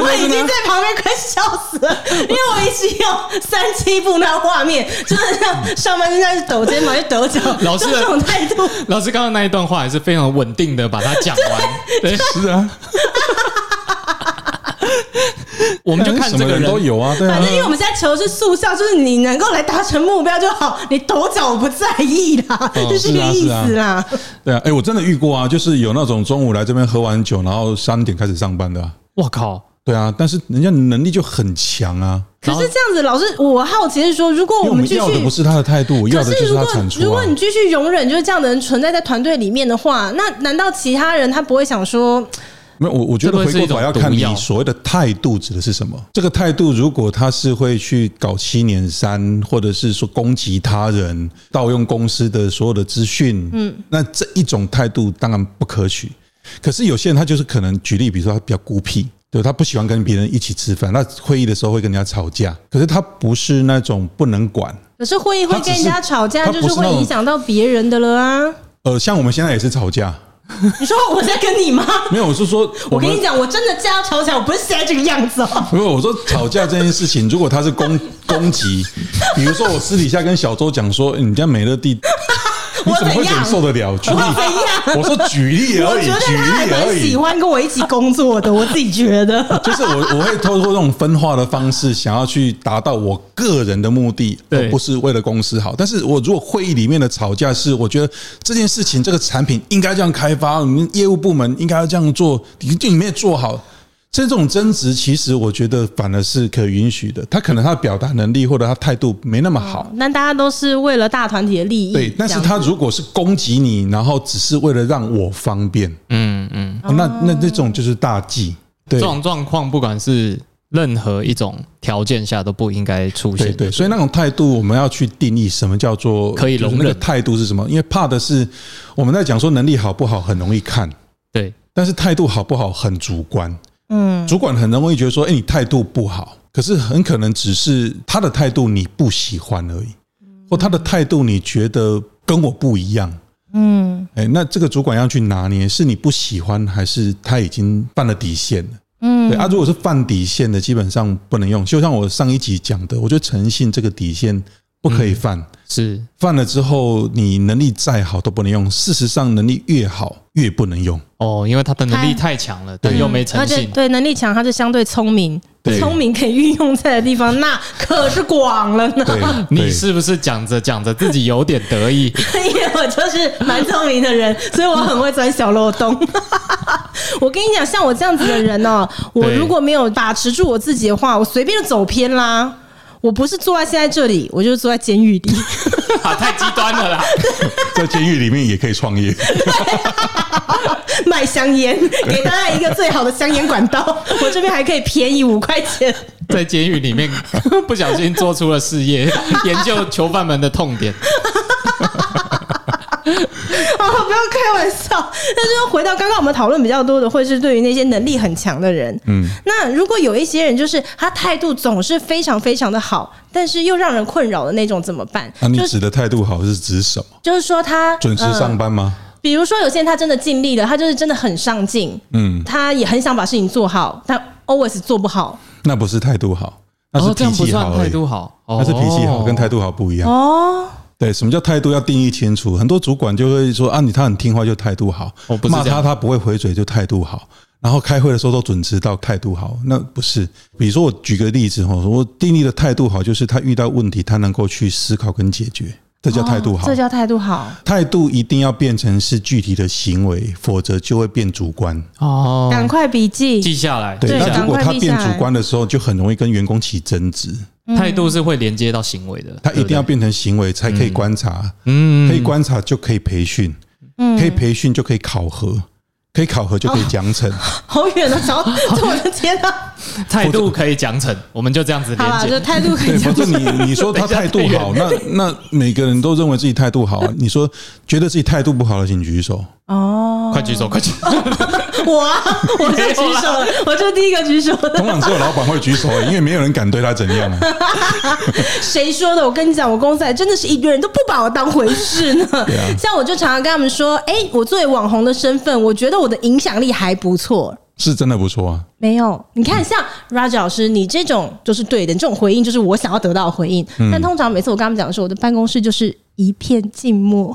[SPEAKER 1] 我已经在旁边快笑死了，因为我一直有三七步那画面，就是像上半身在抖肩膀，就抖 脚，
[SPEAKER 2] 老师
[SPEAKER 1] 就这种态度。
[SPEAKER 2] 老师刚刚那一段话还是非常稳定的把它讲 完。对，
[SPEAKER 3] 是 啊，
[SPEAKER 2] 我们就看
[SPEAKER 3] 什
[SPEAKER 2] 这
[SPEAKER 3] 么
[SPEAKER 2] 个
[SPEAKER 3] 人都有啊，对啊
[SPEAKER 1] 反。正因为我们现在求的是速效，就是你能够来达成目标就好，你抖脚我不在意啦，
[SPEAKER 2] 哦
[SPEAKER 1] 就是这
[SPEAKER 3] 是
[SPEAKER 1] 个
[SPEAKER 3] 啊
[SPEAKER 1] 意
[SPEAKER 3] 是啊
[SPEAKER 1] 思啦。
[SPEAKER 3] 对啊，哎、我真的遇过啊，就是有那种中午来这边喝完酒，然后三点开始上班的、啊。
[SPEAKER 2] 我靠，
[SPEAKER 3] 对啊，但是人家能力就很强啊，
[SPEAKER 1] 可
[SPEAKER 2] 然后
[SPEAKER 1] 是这样子，老师，我好奇是说，如果
[SPEAKER 3] 因
[SPEAKER 1] 哦
[SPEAKER 3] 为
[SPEAKER 1] 我
[SPEAKER 3] 我
[SPEAKER 1] 们
[SPEAKER 3] 们
[SPEAKER 1] 继
[SPEAKER 3] 要的
[SPEAKER 1] 续
[SPEAKER 3] 不是他的态度，我要
[SPEAKER 1] 可
[SPEAKER 3] 的就是是
[SPEAKER 1] 如
[SPEAKER 3] 他
[SPEAKER 1] 果
[SPEAKER 3] 的产
[SPEAKER 1] 如
[SPEAKER 3] 出
[SPEAKER 1] 果
[SPEAKER 3] 啊。
[SPEAKER 1] 你继续容忍就是这样的人存在在团队里面的话，那难道其他人他不会想说，
[SPEAKER 3] 没有，我我觉
[SPEAKER 2] 这
[SPEAKER 3] 得
[SPEAKER 2] 会
[SPEAKER 3] 回
[SPEAKER 2] 是
[SPEAKER 3] 过
[SPEAKER 2] 一
[SPEAKER 3] 头
[SPEAKER 2] 种
[SPEAKER 3] 来要看
[SPEAKER 2] 毒
[SPEAKER 3] 你
[SPEAKER 2] 药
[SPEAKER 3] 所谓的态度指的是什么。这个态度，如果他是会去搞七年三，或者是说攻击他人、盗用公司的所有的资讯，嗯，那这一种态度当然不可取。可是有些人他就是可能举例，比如说他比较孤僻，对他不喜欢跟别人一起吃饭，那会议的时候会跟人家吵架。可是他不是那种不能管，
[SPEAKER 1] 可是会议会
[SPEAKER 3] 他只
[SPEAKER 1] 跟
[SPEAKER 3] 是
[SPEAKER 1] 人家吵架，
[SPEAKER 3] 他
[SPEAKER 1] 就
[SPEAKER 3] 不
[SPEAKER 1] 是
[SPEAKER 3] 是那
[SPEAKER 1] 会
[SPEAKER 3] 种
[SPEAKER 1] 影响到别人的了啊？
[SPEAKER 3] 呃，像我们现在也是吵架，
[SPEAKER 1] 你说我在跟你吗？
[SPEAKER 3] 没有，我是说
[SPEAKER 1] 我
[SPEAKER 3] 我
[SPEAKER 1] 跟
[SPEAKER 3] 们
[SPEAKER 1] 你讲，我真的架要吵起来，我不是现在这个样子 哦。
[SPEAKER 3] 不是，我说吵架这件事情，如果他是攻 攻击，比如说我私底下跟小周讲说，欸你家美 乐蒂，你怎么
[SPEAKER 1] 我怎
[SPEAKER 3] 会
[SPEAKER 1] 样
[SPEAKER 3] 忍受得了？举
[SPEAKER 1] 我怎
[SPEAKER 3] 例，
[SPEAKER 1] 样？
[SPEAKER 3] 我说举例
[SPEAKER 1] 我
[SPEAKER 3] 而已，
[SPEAKER 1] 觉得
[SPEAKER 3] 举
[SPEAKER 1] 他还
[SPEAKER 3] 例而
[SPEAKER 1] 蛮喜
[SPEAKER 3] 已。
[SPEAKER 1] 欢跟我一起工作的，我自己觉得。
[SPEAKER 3] 就是我，我会透过这种分化的方式，想要去达到我个人的目的，
[SPEAKER 2] 对
[SPEAKER 3] 而不是为了公司好。但是我如果会议里面的吵架是，我觉得这件事情、这个产品应该这样开发，你们业务部门应该要这样做，你你没有做好。这种争执，其实我觉得反而是可允许的。他可能他的表达能力或者他态度没那么好，
[SPEAKER 1] 那大家都是为了大团体的利益，
[SPEAKER 3] 对。但是他如果是攻击你，然后只是为了让我方便，哦
[SPEAKER 2] 嗯嗯。
[SPEAKER 3] 那那那种就是大忌。对
[SPEAKER 2] 这，种状况，不管是任何一种条件下都不应该出现
[SPEAKER 3] 对
[SPEAKER 2] 的。
[SPEAKER 3] 对，所以那种态度我们要去定义什么叫做
[SPEAKER 2] 可以
[SPEAKER 3] 就是
[SPEAKER 2] 容
[SPEAKER 3] 那个
[SPEAKER 2] 忍
[SPEAKER 3] 态度是什么？因为怕的是我们在讲说能力好不好很容易看，
[SPEAKER 2] 对
[SPEAKER 3] 但是态度好不好很主观。
[SPEAKER 1] 嗯，
[SPEAKER 3] 主管很容易觉得说，哎，你态度不好，可是很可能只是他的态度你不喜欢而已，或他的态度你觉得跟我不一样。嗯，哎，那这个主管要去拿捏，是你不喜欢，还是他已经犯了底线了？对啊，如果是犯底线的，基本上不能用。就像我上一集讲的，我觉得诚信这个底线不可以犯，
[SPEAKER 2] 是
[SPEAKER 3] 犯了之后，你能力再好都不能用。事实上，能力越好越不能 用。
[SPEAKER 2] 哦，因为他的能力太强了，但
[SPEAKER 3] 对
[SPEAKER 2] 又
[SPEAKER 1] 嗯
[SPEAKER 2] 没
[SPEAKER 1] 而
[SPEAKER 2] 诚
[SPEAKER 1] 且
[SPEAKER 2] 信。
[SPEAKER 1] 对能力强，他就相对聪明
[SPEAKER 3] 对，
[SPEAKER 1] 聪明可以运用在的地 方，那可是广了呢。
[SPEAKER 3] 对，
[SPEAKER 2] 你
[SPEAKER 3] 对
[SPEAKER 2] 是不是讲着讲着自己有点得 意？
[SPEAKER 1] 因为我就是蛮聪明的 人，所以我很会钻小漏洞。 我跟你讲，像我这样子的人哦、我
[SPEAKER 2] 对
[SPEAKER 1] 如果没有把持住我自己的话，我随便就走偏啦。我不是坐在现在这里，我就是坐在监狱里。
[SPEAKER 2] 啊，太极端了 啦！
[SPEAKER 3] 在监狱里面也可以创业。
[SPEAKER 1] 卖香烟， 给大家一个最好的香烟管道。我这边还可以便宜五块钱。
[SPEAKER 2] 在监狱里 面不小心做出了事业，研究囚犯们的痛点。
[SPEAKER 1] 啊、 不要开玩笑。但是回到刚刚我们讨论比较多的，会是对于那些能力很强的人。嗯，那如果有一些人就是他态度总是非常非常的好，但是又让人困扰的那种怎么办？
[SPEAKER 3] 那啊你
[SPEAKER 1] 就是
[SPEAKER 3] 指的态度好是指什么？
[SPEAKER 1] 就是说他
[SPEAKER 3] 准时上
[SPEAKER 1] 呃
[SPEAKER 3] 班吗？
[SPEAKER 1] 比如说有些人他真的尽力了，他就是真的很上进，
[SPEAKER 3] 嗯，
[SPEAKER 1] 他也很想把事情做好，但 always 做不好。
[SPEAKER 3] 那不是态度好，那
[SPEAKER 2] 哦这
[SPEAKER 3] 是，脾
[SPEAKER 2] 样不
[SPEAKER 3] 气
[SPEAKER 2] 算
[SPEAKER 3] 好而
[SPEAKER 2] 态
[SPEAKER 3] 已。
[SPEAKER 2] 度哦好，
[SPEAKER 3] 那
[SPEAKER 2] 那
[SPEAKER 3] 是脾气好，跟态度好不一样。
[SPEAKER 1] 哦，
[SPEAKER 3] 对，什么叫态度要定义清楚？很多主管就会说啊，你他很听话就态度好
[SPEAKER 2] 哦不，是
[SPEAKER 3] 骂
[SPEAKER 2] 这样
[SPEAKER 3] 他他不会回嘴就态度好，然后开会的时候都准时到态度好，那不是。比如说我举个例子哈，我定义的态度好就是他遇到问题他能够去思考跟解决，这叫态度
[SPEAKER 1] 哦
[SPEAKER 3] 好
[SPEAKER 1] 这。叫态度好。
[SPEAKER 3] 态度一定要变成是具体的行为，否则就会变主观。
[SPEAKER 2] 哦，
[SPEAKER 1] 赶快笔记，
[SPEAKER 2] 记下来。
[SPEAKER 3] 对，
[SPEAKER 1] 对
[SPEAKER 2] 记下
[SPEAKER 3] 那
[SPEAKER 1] 赶
[SPEAKER 3] 如
[SPEAKER 2] 来
[SPEAKER 3] 果
[SPEAKER 1] 快
[SPEAKER 3] 他
[SPEAKER 1] 立
[SPEAKER 3] 变
[SPEAKER 1] 下
[SPEAKER 3] 主
[SPEAKER 1] 来
[SPEAKER 3] 观的时候，就很容易跟员工起争执。
[SPEAKER 1] 嗯
[SPEAKER 2] 态度是会连接到行为的，
[SPEAKER 3] 他一定
[SPEAKER 2] 对不
[SPEAKER 3] 要
[SPEAKER 2] 对
[SPEAKER 3] 变成行为才可以观察，
[SPEAKER 2] 嗯
[SPEAKER 3] 可以观察就可以培训，
[SPEAKER 1] 嗯
[SPEAKER 3] 可以培训就可以考核，可以考核就可以奖惩。
[SPEAKER 1] 好远的找， 我的天哪、
[SPEAKER 2] 态度可以讲成，我们就这样子
[SPEAKER 1] 好啦，
[SPEAKER 2] 连
[SPEAKER 1] 就
[SPEAKER 2] 接。
[SPEAKER 1] 态度可以
[SPEAKER 3] 对，
[SPEAKER 1] 讲
[SPEAKER 3] 反。正 你你说他态度好，那那每个人都认为自己态度好啊。你说觉得自己态度不好的，请 举手。
[SPEAKER 1] 哦，
[SPEAKER 2] 快举手，快举手！
[SPEAKER 1] 我啊，我就举手了，我就第一个举手的。
[SPEAKER 3] 通常只有老板会举手，因为没有人敢对他怎样啊。
[SPEAKER 1] 谁说的？我跟你讲，我公司还真的是一堆人都不把我当回事 呢。
[SPEAKER 3] 啊
[SPEAKER 1] 像我就常常跟他们说，哎、我作为网红的身份，我觉得我的影响力还不错。
[SPEAKER 3] 是真的不错啊。
[SPEAKER 1] 没有，嗯你看像 Raj 老师，你这种就是对的，你这种回应就是我想要得到的回应。但通常每次我跟他们讲的时候，我的办公室就是一片静 默，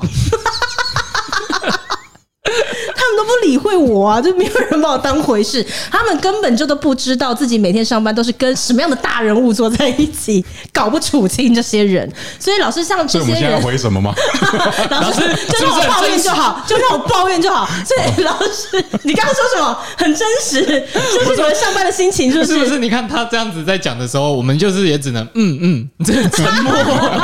[SPEAKER 1] 他们都不理会我啊，就没有人把我当回事，他们根本就都不知道自己每天上班都是跟什么样的大人物坐在一起， 搞不处清这些人。所以老师像这
[SPEAKER 3] 所以我们
[SPEAKER 1] 些
[SPEAKER 3] 现在
[SPEAKER 1] 人
[SPEAKER 3] 要，回什么吗？
[SPEAKER 1] 老师 就让我抱怨就好，就让我抱怨就好。所以老师，你刚刚说什么？很真实，这是你们上班的心情，是不
[SPEAKER 2] 是不
[SPEAKER 1] 是？
[SPEAKER 2] 是？你看他这样子在讲的时候，我们就是也只能嗯嗯，这个沉默。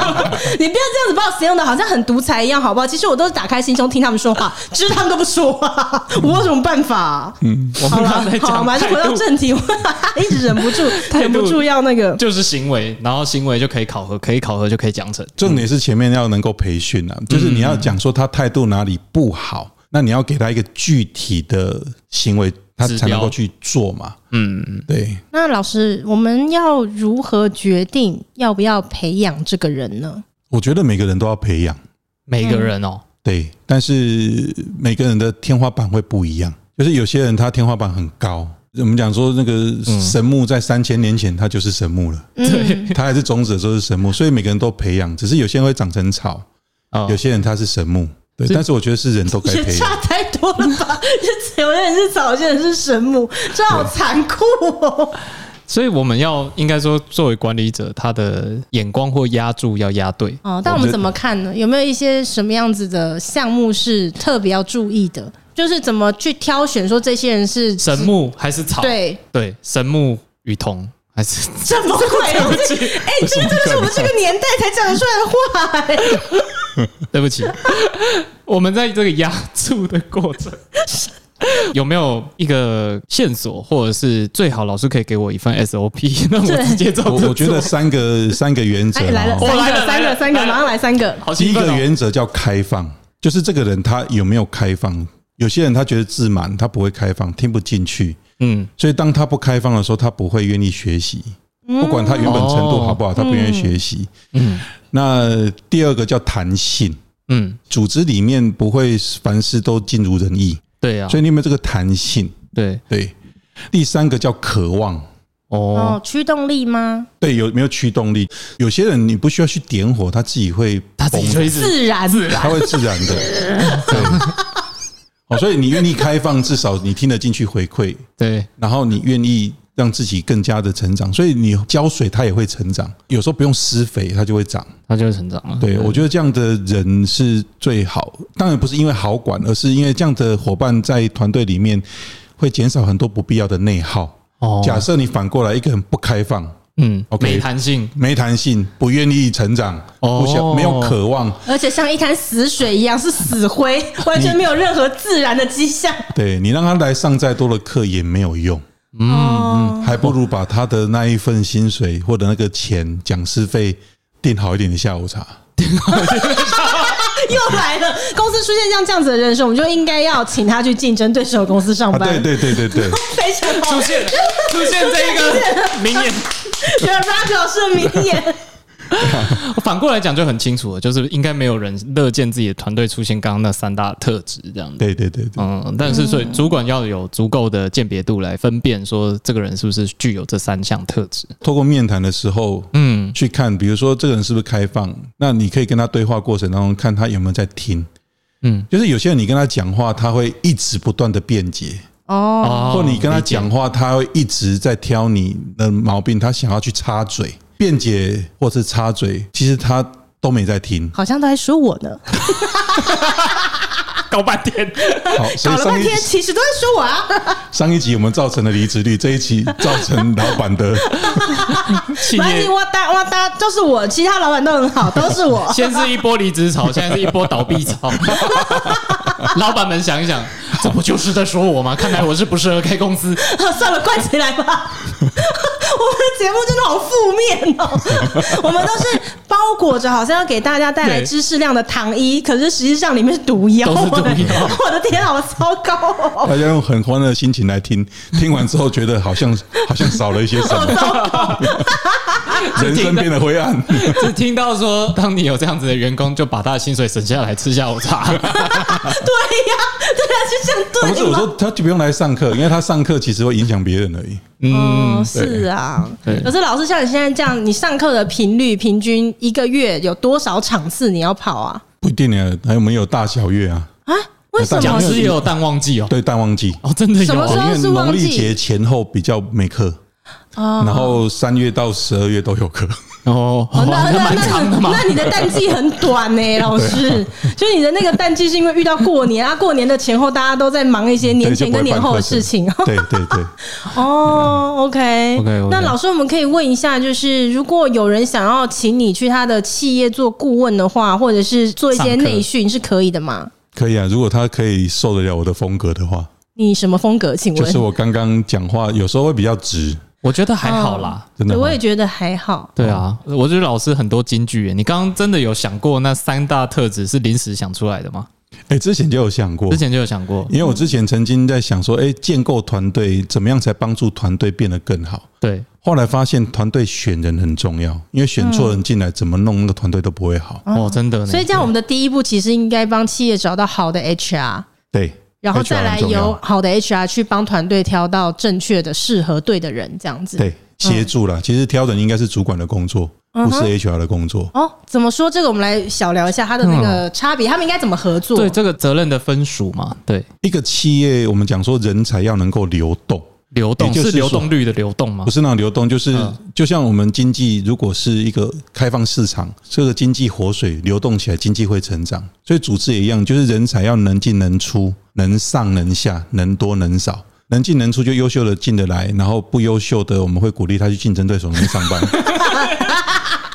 [SPEAKER 1] 你不要这样子把我形容的好像很独裁一样，好不好？其实我都是打开心胸听他们说话，只是他们都不说话，我有什么办法、嗯，
[SPEAKER 2] 我
[SPEAKER 1] 好
[SPEAKER 2] 们刚
[SPEAKER 1] 了
[SPEAKER 2] 才，
[SPEAKER 1] 好，我
[SPEAKER 2] 讲
[SPEAKER 1] 们还是
[SPEAKER 2] 态
[SPEAKER 1] 回到
[SPEAKER 2] 度
[SPEAKER 1] 正题，我 一直忍不住，
[SPEAKER 2] 态
[SPEAKER 1] 忍
[SPEAKER 2] 度
[SPEAKER 1] 不住要那个。
[SPEAKER 2] 就是行为，然后行为就可以考核，可以考核就可以奖惩。
[SPEAKER 3] 重点是前面要能够培训
[SPEAKER 2] 嗯
[SPEAKER 3] 啊，就是你要讲说他态度哪里不好，那你要给他一个具体的行为，他
[SPEAKER 2] 指
[SPEAKER 3] 才能
[SPEAKER 2] 标
[SPEAKER 3] 够去做嘛。
[SPEAKER 2] 嗯，
[SPEAKER 3] 对，
[SPEAKER 1] 那老师，我们要如何决定要不要培养这个人呢？
[SPEAKER 3] 我觉得每个人都要培养，
[SPEAKER 2] 每个人哦，
[SPEAKER 3] 对，但是每个人的天花板会不一样，就是有些人他天花板很高。我们讲说那个神木在三千年前他就是神木了，
[SPEAKER 1] 嗯，
[SPEAKER 3] 他还是种子的时候是神木，所以每个人都培养，只是有些人会长成草，
[SPEAKER 1] 嗯
[SPEAKER 2] 哦
[SPEAKER 3] 有些人他是神木，对，
[SPEAKER 2] 是
[SPEAKER 3] 但是我觉得是人都该
[SPEAKER 1] 也
[SPEAKER 3] 培
[SPEAKER 1] 差
[SPEAKER 3] 养，
[SPEAKER 1] 太多了 吧？有的人是草，有些人是神木，这好残酷哦！
[SPEAKER 2] 所以我们要应该说，作为管理者，他的眼光或压注要压对。
[SPEAKER 1] 哦，但我们怎么看呢？有没有一些什么样子的项目是特别要注意的？就是怎么去挑选说这些人是
[SPEAKER 2] 神木还是草？
[SPEAKER 1] 对
[SPEAKER 2] 对，神木与桐还是
[SPEAKER 1] 什么鬼？哎、这这个是我们这个年代才讲得出来的话、 哎
[SPEAKER 2] 对不起， 我们在这个压住的过 程，有没有一个线索，或者是最好老师可以给我一份 SOP，那 我
[SPEAKER 1] 对
[SPEAKER 2] 直接照着
[SPEAKER 3] 我我觉 得
[SPEAKER 2] 做
[SPEAKER 3] 三个三个原则
[SPEAKER 1] 哎，来了，
[SPEAKER 3] 哦
[SPEAKER 2] 我来
[SPEAKER 1] 三
[SPEAKER 2] 了
[SPEAKER 1] 个，三
[SPEAKER 2] 来了
[SPEAKER 1] 个，三
[SPEAKER 2] 来
[SPEAKER 1] 个，
[SPEAKER 2] 了
[SPEAKER 1] 马上来三个。
[SPEAKER 2] 好
[SPEAKER 3] 第
[SPEAKER 2] 兴
[SPEAKER 3] 一
[SPEAKER 2] 奋
[SPEAKER 3] 个
[SPEAKER 2] 哦。
[SPEAKER 3] 原则叫开放，就是这个人他有没有开放？有些人他觉得自满，他不会开放，听不进去，
[SPEAKER 2] 嗯，
[SPEAKER 3] 所以当他不开放的时候，他不会愿意学习。不管他原本程度好不好，他不愿意学习。
[SPEAKER 2] 嗯
[SPEAKER 3] 嗯，那第二个叫弹性，
[SPEAKER 2] 嗯，
[SPEAKER 3] 组织里面不会凡事都尽如人意，
[SPEAKER 2] 对啊
[SPEAKER 3] 所，以你有没有这个弹性？
[SPEAKER 2] 对，
[SPEAKER 3] 对。第三个叫渴望，
[SPEAKER 2] 哦，
[SPEAKER 1] 哦，驱动力吗？
[SPEAKER 3] 对，有没有驱动力？有些人你不需要去点火，他自己会
[SPEAKER 2] 他自己就一直
[SPEAKER 1] 自然，
[SPEAKER 2] 自然
[SPEAKER 3] 它会自然的。对， 哦，所以你愿意开放，至少你听得进去回馈，
[SPEAKER 2] 对，
[SPEAKER 3] 然后你愿意让自己更加的成长，所以你浇水它也会成长，有时候不用施肥它就会长。
[SPEAKER 2] 他就会成长了。
[SPEAKER 3] 对，我觉得这样的人是最好，当然不是因为好管，而是因为这样的伙伴在团队里面会减少很多不必要的内耗。
[SPEAKER 2] 哦
[SPEAKER 3] 假设你反过来一个人不开放。
[SPEAKER 2] 嗯
[SPEAKER 3] OK
[SPEAKER 2] 没弹性，
[SPEAKER 3] 没弹性，不愿意成长，
[SPEAKER 2] 哦
[SPEAKER 3] 不想没有渴望，
[SPEAKER 1] 而且像一滩死水一样是死 灰，完全没有任何自然的迹象。
[SPEAKER 3] 对你让他来上再多的课也没有用，
[SPEAKER 1] 哦，
[SPEAKER 3] 还不如把他的那一份薪水或者那个钱讲师费定好一点的下午茶。
[SPEAKER 1] 又来了！公司出现像这样子的人选，我们就应该要请他去竞争对手公司上
[SPEAKER 3] 啊，
[SPEAKER 1] 班。
[SPEAKER 3] 对对对对对，
[SPEAKER 1] 非常好
[SPEAKER 2] 出， 现出现这一个名言，
[SPEAKER 1] 原来 Rock 老师的名言。
[SPEAKER 2] 反过来讲就很清楚了，就是应该没有人乐见自己的团队出现刚刚那三大特质这样子。
[SPEAKER 3] 对对对对，
[SPEAKER 2] 嗯，但是所以主管要有足够的鉴别度来分辨说这个人是不是具有这三项特质。
[SPEAKER 3] 透过面谈的时候，
[SPEAKER 2] 嗯，
[SPEAKER 3] 去看，比如说这个人是不是开放，那你可以跟他对话过程当中看他有没有在听。
[SPEAKER 2] 嗯，
[SPEAKER 3] 就是有些人你跟他讲话，他会一直不断的辩解，
[SPEAKER 1] 哦，。
[SPEAKER 2] 哦
[SPEAKER 3] 或你跟他
[SPEAKER 2] 理解
[SPEAKER 3] 讲话，他会一直在挑你的毛病，他想要去插嘴、辩解或是插嘴，其实他都没在听
[SPEAKER 1] 好像都在说我呢，
[SPEAKER 2] 搞半天，
[SPEAKER 1] 搞
[SPEAKER 3] 好，所以
[SPEAKER 1] 了
[SPEAKER 3] 上
[SPEAKER 1] 半
[SPEAKER 3] 一
[SPEAKER 1] 天其实都在说我啊。
[SPEAKER 3] 上一集我们造成了离职率，这一集 造成老板的
[SPEAKER 2] 企
[SPEAKER 1] 反
[SPEAKER 2] 业
[SPEAKER 1] 正哇哒哇哒都是我，其他老板都很 好，都是我。
[SPEAKER 2] 先是一波离职潮，现在是一波倒 闭潮。老板们想一想，这不就是在说我吗？看来我是不适合开公司。
[SPEAKER 1] 算了，关起来吧。 我们的节目真的好负面 哦，我们都是包裹着好像要给大家带来
[SPEAKER 2] 对
[SPEAKER 1] 知识量的糖衣，可是实际上里面是毒药，
[SPEAKER 2] 都是毒药
[SPEAKER 1] 我的天啊，好糟糕哦！
[SPEAKER 3] 大家用很欢乐的心情来听，听完之后觉得好像好像少了一些什 么， 人生变得灰暗。
[SPEAKER 2] 只听到说，当你有这样子的员工，就把他的薪水省下来吃下午茶。
[SPEAKER 1] 对呀、对呀、就这样
[SPEAKER 3] 不是
[SPEAKER 1] 对
[SPEAKER 3] 我
[SPEAKER 1] 吗？
[SPEAKER 3] 说他就不用来上课，因为他上课其实会影响别人而已。
[SPEAKER 1] 嗯，是啊。
[SPEAKER 2] 对
[SPEAKER 1] 可是老师，像你现在这样，你上课的频率平均一个月有多少场次你要跑啊？
[SPEAKER 3] 不一定呢，还有没有大小月啊？
[SPEAKER 1] 啊？为什
[SPEAKER 2] 讲
[SPEAKER 1] 么？
[SPEAKER 2] 师也有淡旺季哦，
[SPEAKER 3] 对，淡旺季，
[SPEAKER 2] 哦，真的
[SPEAKER 1] 什
[SPEAKER 2] 有
[SPEAKER 1] 么时
[SPEAKER 2] 啊，
[SPEAKER 1] 候
[SPEAKER 3] 因为
[SPEAKER 1] 是旺
[SPEAKER 3] 农
[SPEAKER 1] 季
[SPEAKER 3] 历节前后比较没课，
[SPEAKER 1] 哦
[SPEAKER 3] 然后三月到十二月都有课。
[SPEAKER 2] 哦，
[SPEAKER 1] 哦
[SPEAKER 2] 哦，
[SPEAKER 1] 那
[SPEAKER 2] 那
[SPEAKER 1] 那
[SPEAKER 2] 蛮
[SPEAKER 1] 那
[SPEAKER 2] 长的
[SPEAKER 1] 你
[SPEAKER 2] 嘛。
[SPEAKER 1] 那你的淡季很短呢、老师。就是你的那个淡季是因为遇到过年啊，过年的前后大家都在忙一些 年
[SPEAKER 3] 对就
[SPEAKER 1] 前
[SPEAKER 3] 不会
[SPEAKER 1] 跟年
[SPEAKER 3] 办
[SPEAKER 1] 后的
[SPEAKER 3] 课
[SPEAKER 1] 事情。
[SPEAKER 3] 对对对，
[SPEAKER 1] 哦，OK、
[SPEAKER 2] OK，OK
[SPEAKER 1] 那老师，我们可以问一下，就是如果有人想要请你去他的企业做顾问的话，或者是做一些
[SPEAKER 2] 上课
[SPEAKER 1] 内训，是可以的吗？
[SPEAKER 3] 可以啊。如果他可以受得了我的风格的话，
[SPEAKER 1] 你什么风格？请问？
[SPEAKER 3] 就是我刚刚讲话有时候会比较直，
[SPEAKER 2] 我觉得还好啦。
[SPEAKER 3] 真的
[SPEAKER 1] 对
[SPEAKER 3] 吗。
[SPEAKER 1] 我也觉得还好。
[SPEAKER 2] 对啊，
[SPEAKER 3] 哦
[SPEAKER 2] 我觉得老师很多金句耶。你刚刚真的有想过那三大特质是临时想出来的吗？
[SPEAKER 3] 哎，之前就有想过
[SPEAKER 2] 之，前就有想过。
[SPEAKER 3] 因为我之前曾经在想说，哎，建构团队怎么样才帮助团队变得更好？
[SPEAKER 2] 对，
[SPEAKER 3] 后来发现团队选人很重要，因为选错人进来，怎么弄那个团队都不会好。
[SPEAKER 2] 哦，真的呢。
[SPEAKER 1] 啊所以这样，我们的第一步其实应该帮企业找到好的 HR。
[SPEAKER 3] 对，
[SPEAKER 1] 然后再来
[SPEAKER 3] HR 很重要
[SPEAKER 1] 由好的 HR 去帮团队挑到正确的、适合对的人，这样子。
[SPEAKER 3] 对协助啦。其实挑人应该是主管的工作，不是 HR 的工作。
[SPEAKER 1] 哦，怎么说这个？我们来小聊一下它的那
[SPEAKER 3] 嗯
[SPEAKER 1] 个差别，他们应该怎么合作？
[SPEAKER 2] 对这个责任的分属嘛，对，
[SPEAKER 3] 一个企业，我们讲说人才要能够流动，
[SPEAKER 2] 流动
[SPEAKER 3] 也就是是
[SPEAKER 2] 流
[SPEAKER 3] 说
[SPEAKER 2] 动率的流动吗
[SPEAKER 3] 不？是那种流动，就是
[SPEAKER 2] 嗯
[SPEAKER 3] 就像我们经济如果是一个开放市场，这个经济活水流动起来，经济会成长。所以组织也一样，就是人才要能进能出，能上能下，能多能少。能进能出就优秀的进得来，然后不优秀的我们会鼓励他去竞争对手那边上 班。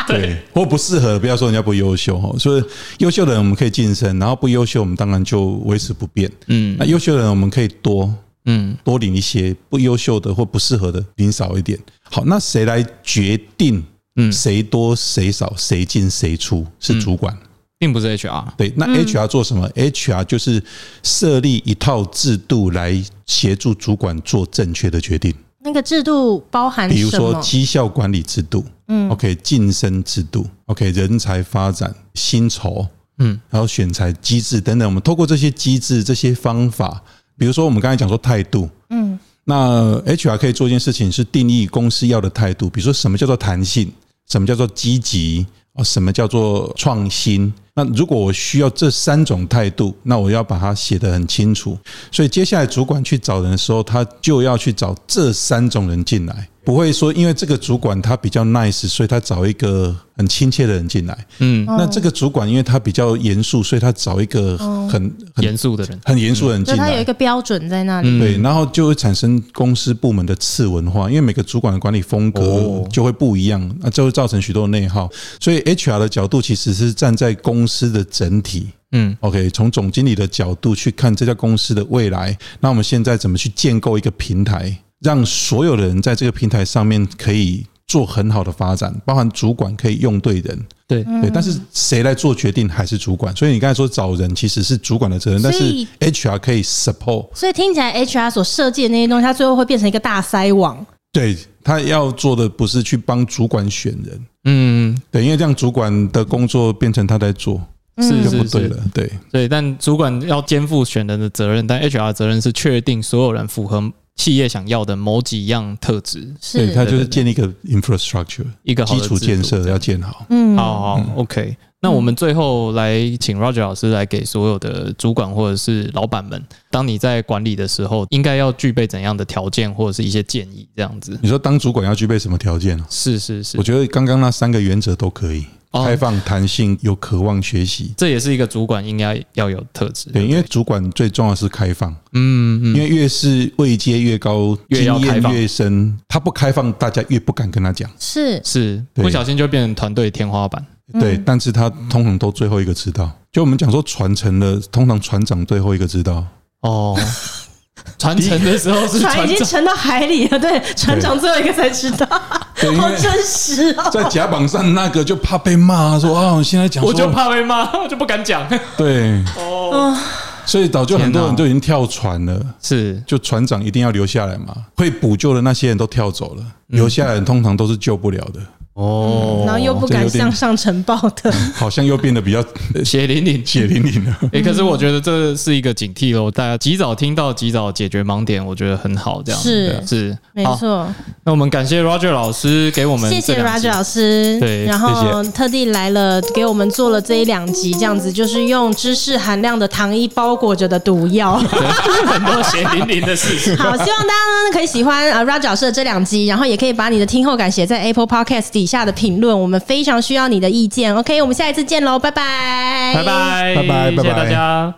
[SPEAKER 3] 对，或不适合，不要说人家不优秀哦。所以优秀的人我们可以晋升，然后不优秀我们当然就维持不变。
[SPEAKER 2] 嗯
[SPEAKER 3] 那优秀的人我们可以多
[SPEAKER 2] 嗯，
[SPEAKER 3] 多领一些，不优秀的或不适合的领少一点。好，那谁来决定？
[SPEAKER 2] 嗯
[SPEAKER 3] 谁多谁少，谁进谁出是主管。
[SPEAKER 2] 并不是 HR。
[SPEAKER 3] 对，那 HR 做什么？HR 就是设立一套制度来协助主管做正确的决定，
[SPEAKER 1] 那个制度包含
[SPEAKER 3] 比如
[SPEAKER 1] 什
[SPEAKER 3] 说
[SPEAKER 1] 么？
[SPEAKER 3] 绩效管理制度，嗯，OK，晋升制度，OK，人才发展、薪酬，
[SPEAKER 2] 嗯，
[SPEAKER 3] 然后选材机制等等。我们透过这些机制、这些方法，比如说我们刚才讲说态度，嗯，那 HR 可以做一件事情是定义公司要的态度，比如说什么叫做弹性，什么叫做积极，哦，什么叫做创新。那如果我需要这三种态度，那我要把它写得很清楚。所以接下来主管去找人的时候，他就要去找这三种人进来，不会说因为这个主管他比较 nice，所以他找一个很亲切的人进来。
[SPEAKER 2] 嗯，
[SPEAKER 3] 那这个主管因为他比较严肃，所以他找一个很很
[SPEAKER 2] 严肃的人，
[SPEAKER 3] 很严肃的人
[SPEAKER 1] 就
[SPEAKER 3] 进
[SPEAKER 1] 它哦有一
[SPEAKER 3] 来。
[SPEAKER 1] 个标准在那里。
[SPEAKER 3] 对，然后就会产生公司部门的次文化，因为每个主管的管理风格
[SPEAKER 2] 哦
[SPEAKER 3] 就会不一样，那就会造成许多内耗。所以 HR 的角度其实是站在公司的整体，
[SPEAKER 2] 嗯
[SPEAKER 3] OK，从总经理的角度去看这家公司的未来，那我们现在怎么去建构一个平台，让所有的人在这个平台上面可以做很好的发展，包含主管可以用对人，
[SPEAKER 2] 对，
[SPEAKER 1] 嗯
[SPEAKER 3] 嗯对，但是谁来做决定还是主管，所以你刚才说找人其实是主管的责任，但
[SPEAKER 1] 所
[SPEAKER 3] 是
[SPEAKER 1] 以
[SPEAKER 3] HR 可以 support，
[SPEAKER 1] 所以听起来 HR 所设计的那些东西，它最后会变成一个大筛网。
[SPEAKER 3] 对他要做的不是去帮主管选人，
[SPEAKER 2] 嗯，
[SPEAKER 3] 对，因为这样主管的工作变成他在做
[SPEAKER 1] 嗯
[SPEAKER 2] 是
[SPEAKER 3] 就是不
[SPEAKER 2] 是，
[SPEAKER 3] 对了，对。
[SPEAKER 2] 对，但主管要肩负选人的责任，但 HR 的责任是确定所有人符合企业想要的某几样特质，
[SPEAKER 3] 对，
[SPEAKER 1] 是，
[SPEAKER 3] 他就
[SPEAKER 2] 对
[SPEAKER 3] 是
[SPEAKER 2] 对对
[SPEAKER 3] 建立一个 infrastructure，
[SPEAKER 2] 一个好
[SPEAKER 3] 基
[SPEAKER 2] 的
[SPEAKER 3] 础
[SPEAKER 2] 制度
[SPEAKER 3] 建设
[SPEAKER 2] 这
[SPEAKER 3] 要
[SPEAKER 2] 样
[SPEAKER 3] 建好。
[SPEAKER 1] 嗯，
[SPEAKER 2] 好好、o k 那我们最后来请 Roger 老师来给所有的主管或者是老板们，当你在管理的时候，应该要具备怎样的条件或者是一些建议？这样子，
[SPEAKER 3] 你说当主管要具备什么条件啊？
[SPEAKER 2] 是是是
[SPEAKER 3] 我，觉得刚刚那三个原则都可以，
[SPEAKER 2] 哦
[SPEAKER 3] 开放、弹性、有渴望学习。
[SPEAKER 2] 这也是一个主管应该要有特质。
[SPEAKER 3] 对，因为主管最重要的是开放，
[SPEAKER 2] 嗯嗯
[SPEAKER 3] 因为越是位阶越高，
[SPEAKER 2] 越要
[SPEAKER 3] 经验
[SPEAKER 2] 开放
[SPEAKER 3] 越深，他不开放，大家越不敢跟他讲。
[SPEAKER 1] 是
[SPEAKER 2] 是
[SPEAKER 3] 对
[SPEAKER 2] 不小心就变成团队天花板。
[SPEAKER 3] 对，但是他通常都最后一个知道。就我们讲说传承的，通常船长最后一个知 道。
[SPEAKER 2] 哦，传承的时候是
[SPEAKER 1] 船
[SPEAKER 2] 传
[SPEAKER 1] 已经
[SPEAKER 2] 承，
[SPEAKER 1] 沉到海里了，对，船长最后一个才知道，
[SPEAKER 3] 对，因
[SPEAKER 1] 好
[SPEAKER 3] 为
[SPEAKER 1] 真实哦。
[SPEAKER 3] 在甲板上那个就怕被 骂，说啊，我现在讲说
[SPEAKER 2] 我就怕被骂，我就不敢 讲。
[SPEAKER 3] 对哦，所以早就很多人都已经跳船了。
[SPEAKER 2] 是
[SPEAKER 3] 就船长一定要留下来嘛，会补救的那些人都跳走了，
[SPEAKER 2] 嗯
[SPEAKER 3] 留下来的人通常都是救不了的，
[SPEAKER 2] 哦，
[SPEAKER 1] 嗯
[SPEAKER 2] 嗯
[SPEAKER 1] 然后又不
[SPEAKER 3] 这有
[SPEAKER 1] 敢
[SPEAKER 3] 点
[SPEAKER 1] 向上呈报的，
[SPEAKER 3] 好像又变得比较
[SPEAKER 2] 血淋淋。
[SPEAKER 3] 血淋淋了。
[SPEAKER 2] 哎、可是我觉得这是一个警惕喽，大家及早听到，及早解决盲点，我觉得很好。这样
[SPEAKER 1] 是
[SPEAKER 2] 对是
[SPEAKER 1] 没
[SPEAKER 2] 好。
[SPEAKER 1] 错。
[SPEAKER 2] 那我们感谢 Roger 老师给我们
[SPEAKER 1] 谢谢
[SPEAKER 2] 这两集
[SPEAKER 1] Roger 老师，
[SPEAKER 2] 对
[SPEAKER 1] 然后特地来了，给我们做了这一两集，这样子就是用知识含量的糖衣包裹着的毒 药。
[SPEAKER 2] 对很多血淋淋的事情。
[SPEAKER 1] 好，希望大家呢可以喜欢呃 Raj 老师的这两集，然后也可以把你的听后感写在 Apple Podcast 底下的评论，我们非常需要你的意见。OK，我们下一次见喽，拜拜，
[SPEAKER 2] 拜拜，
[SPEAKER 3] 拜拜拜拜
[SPEAKER 2] 谢谢大家。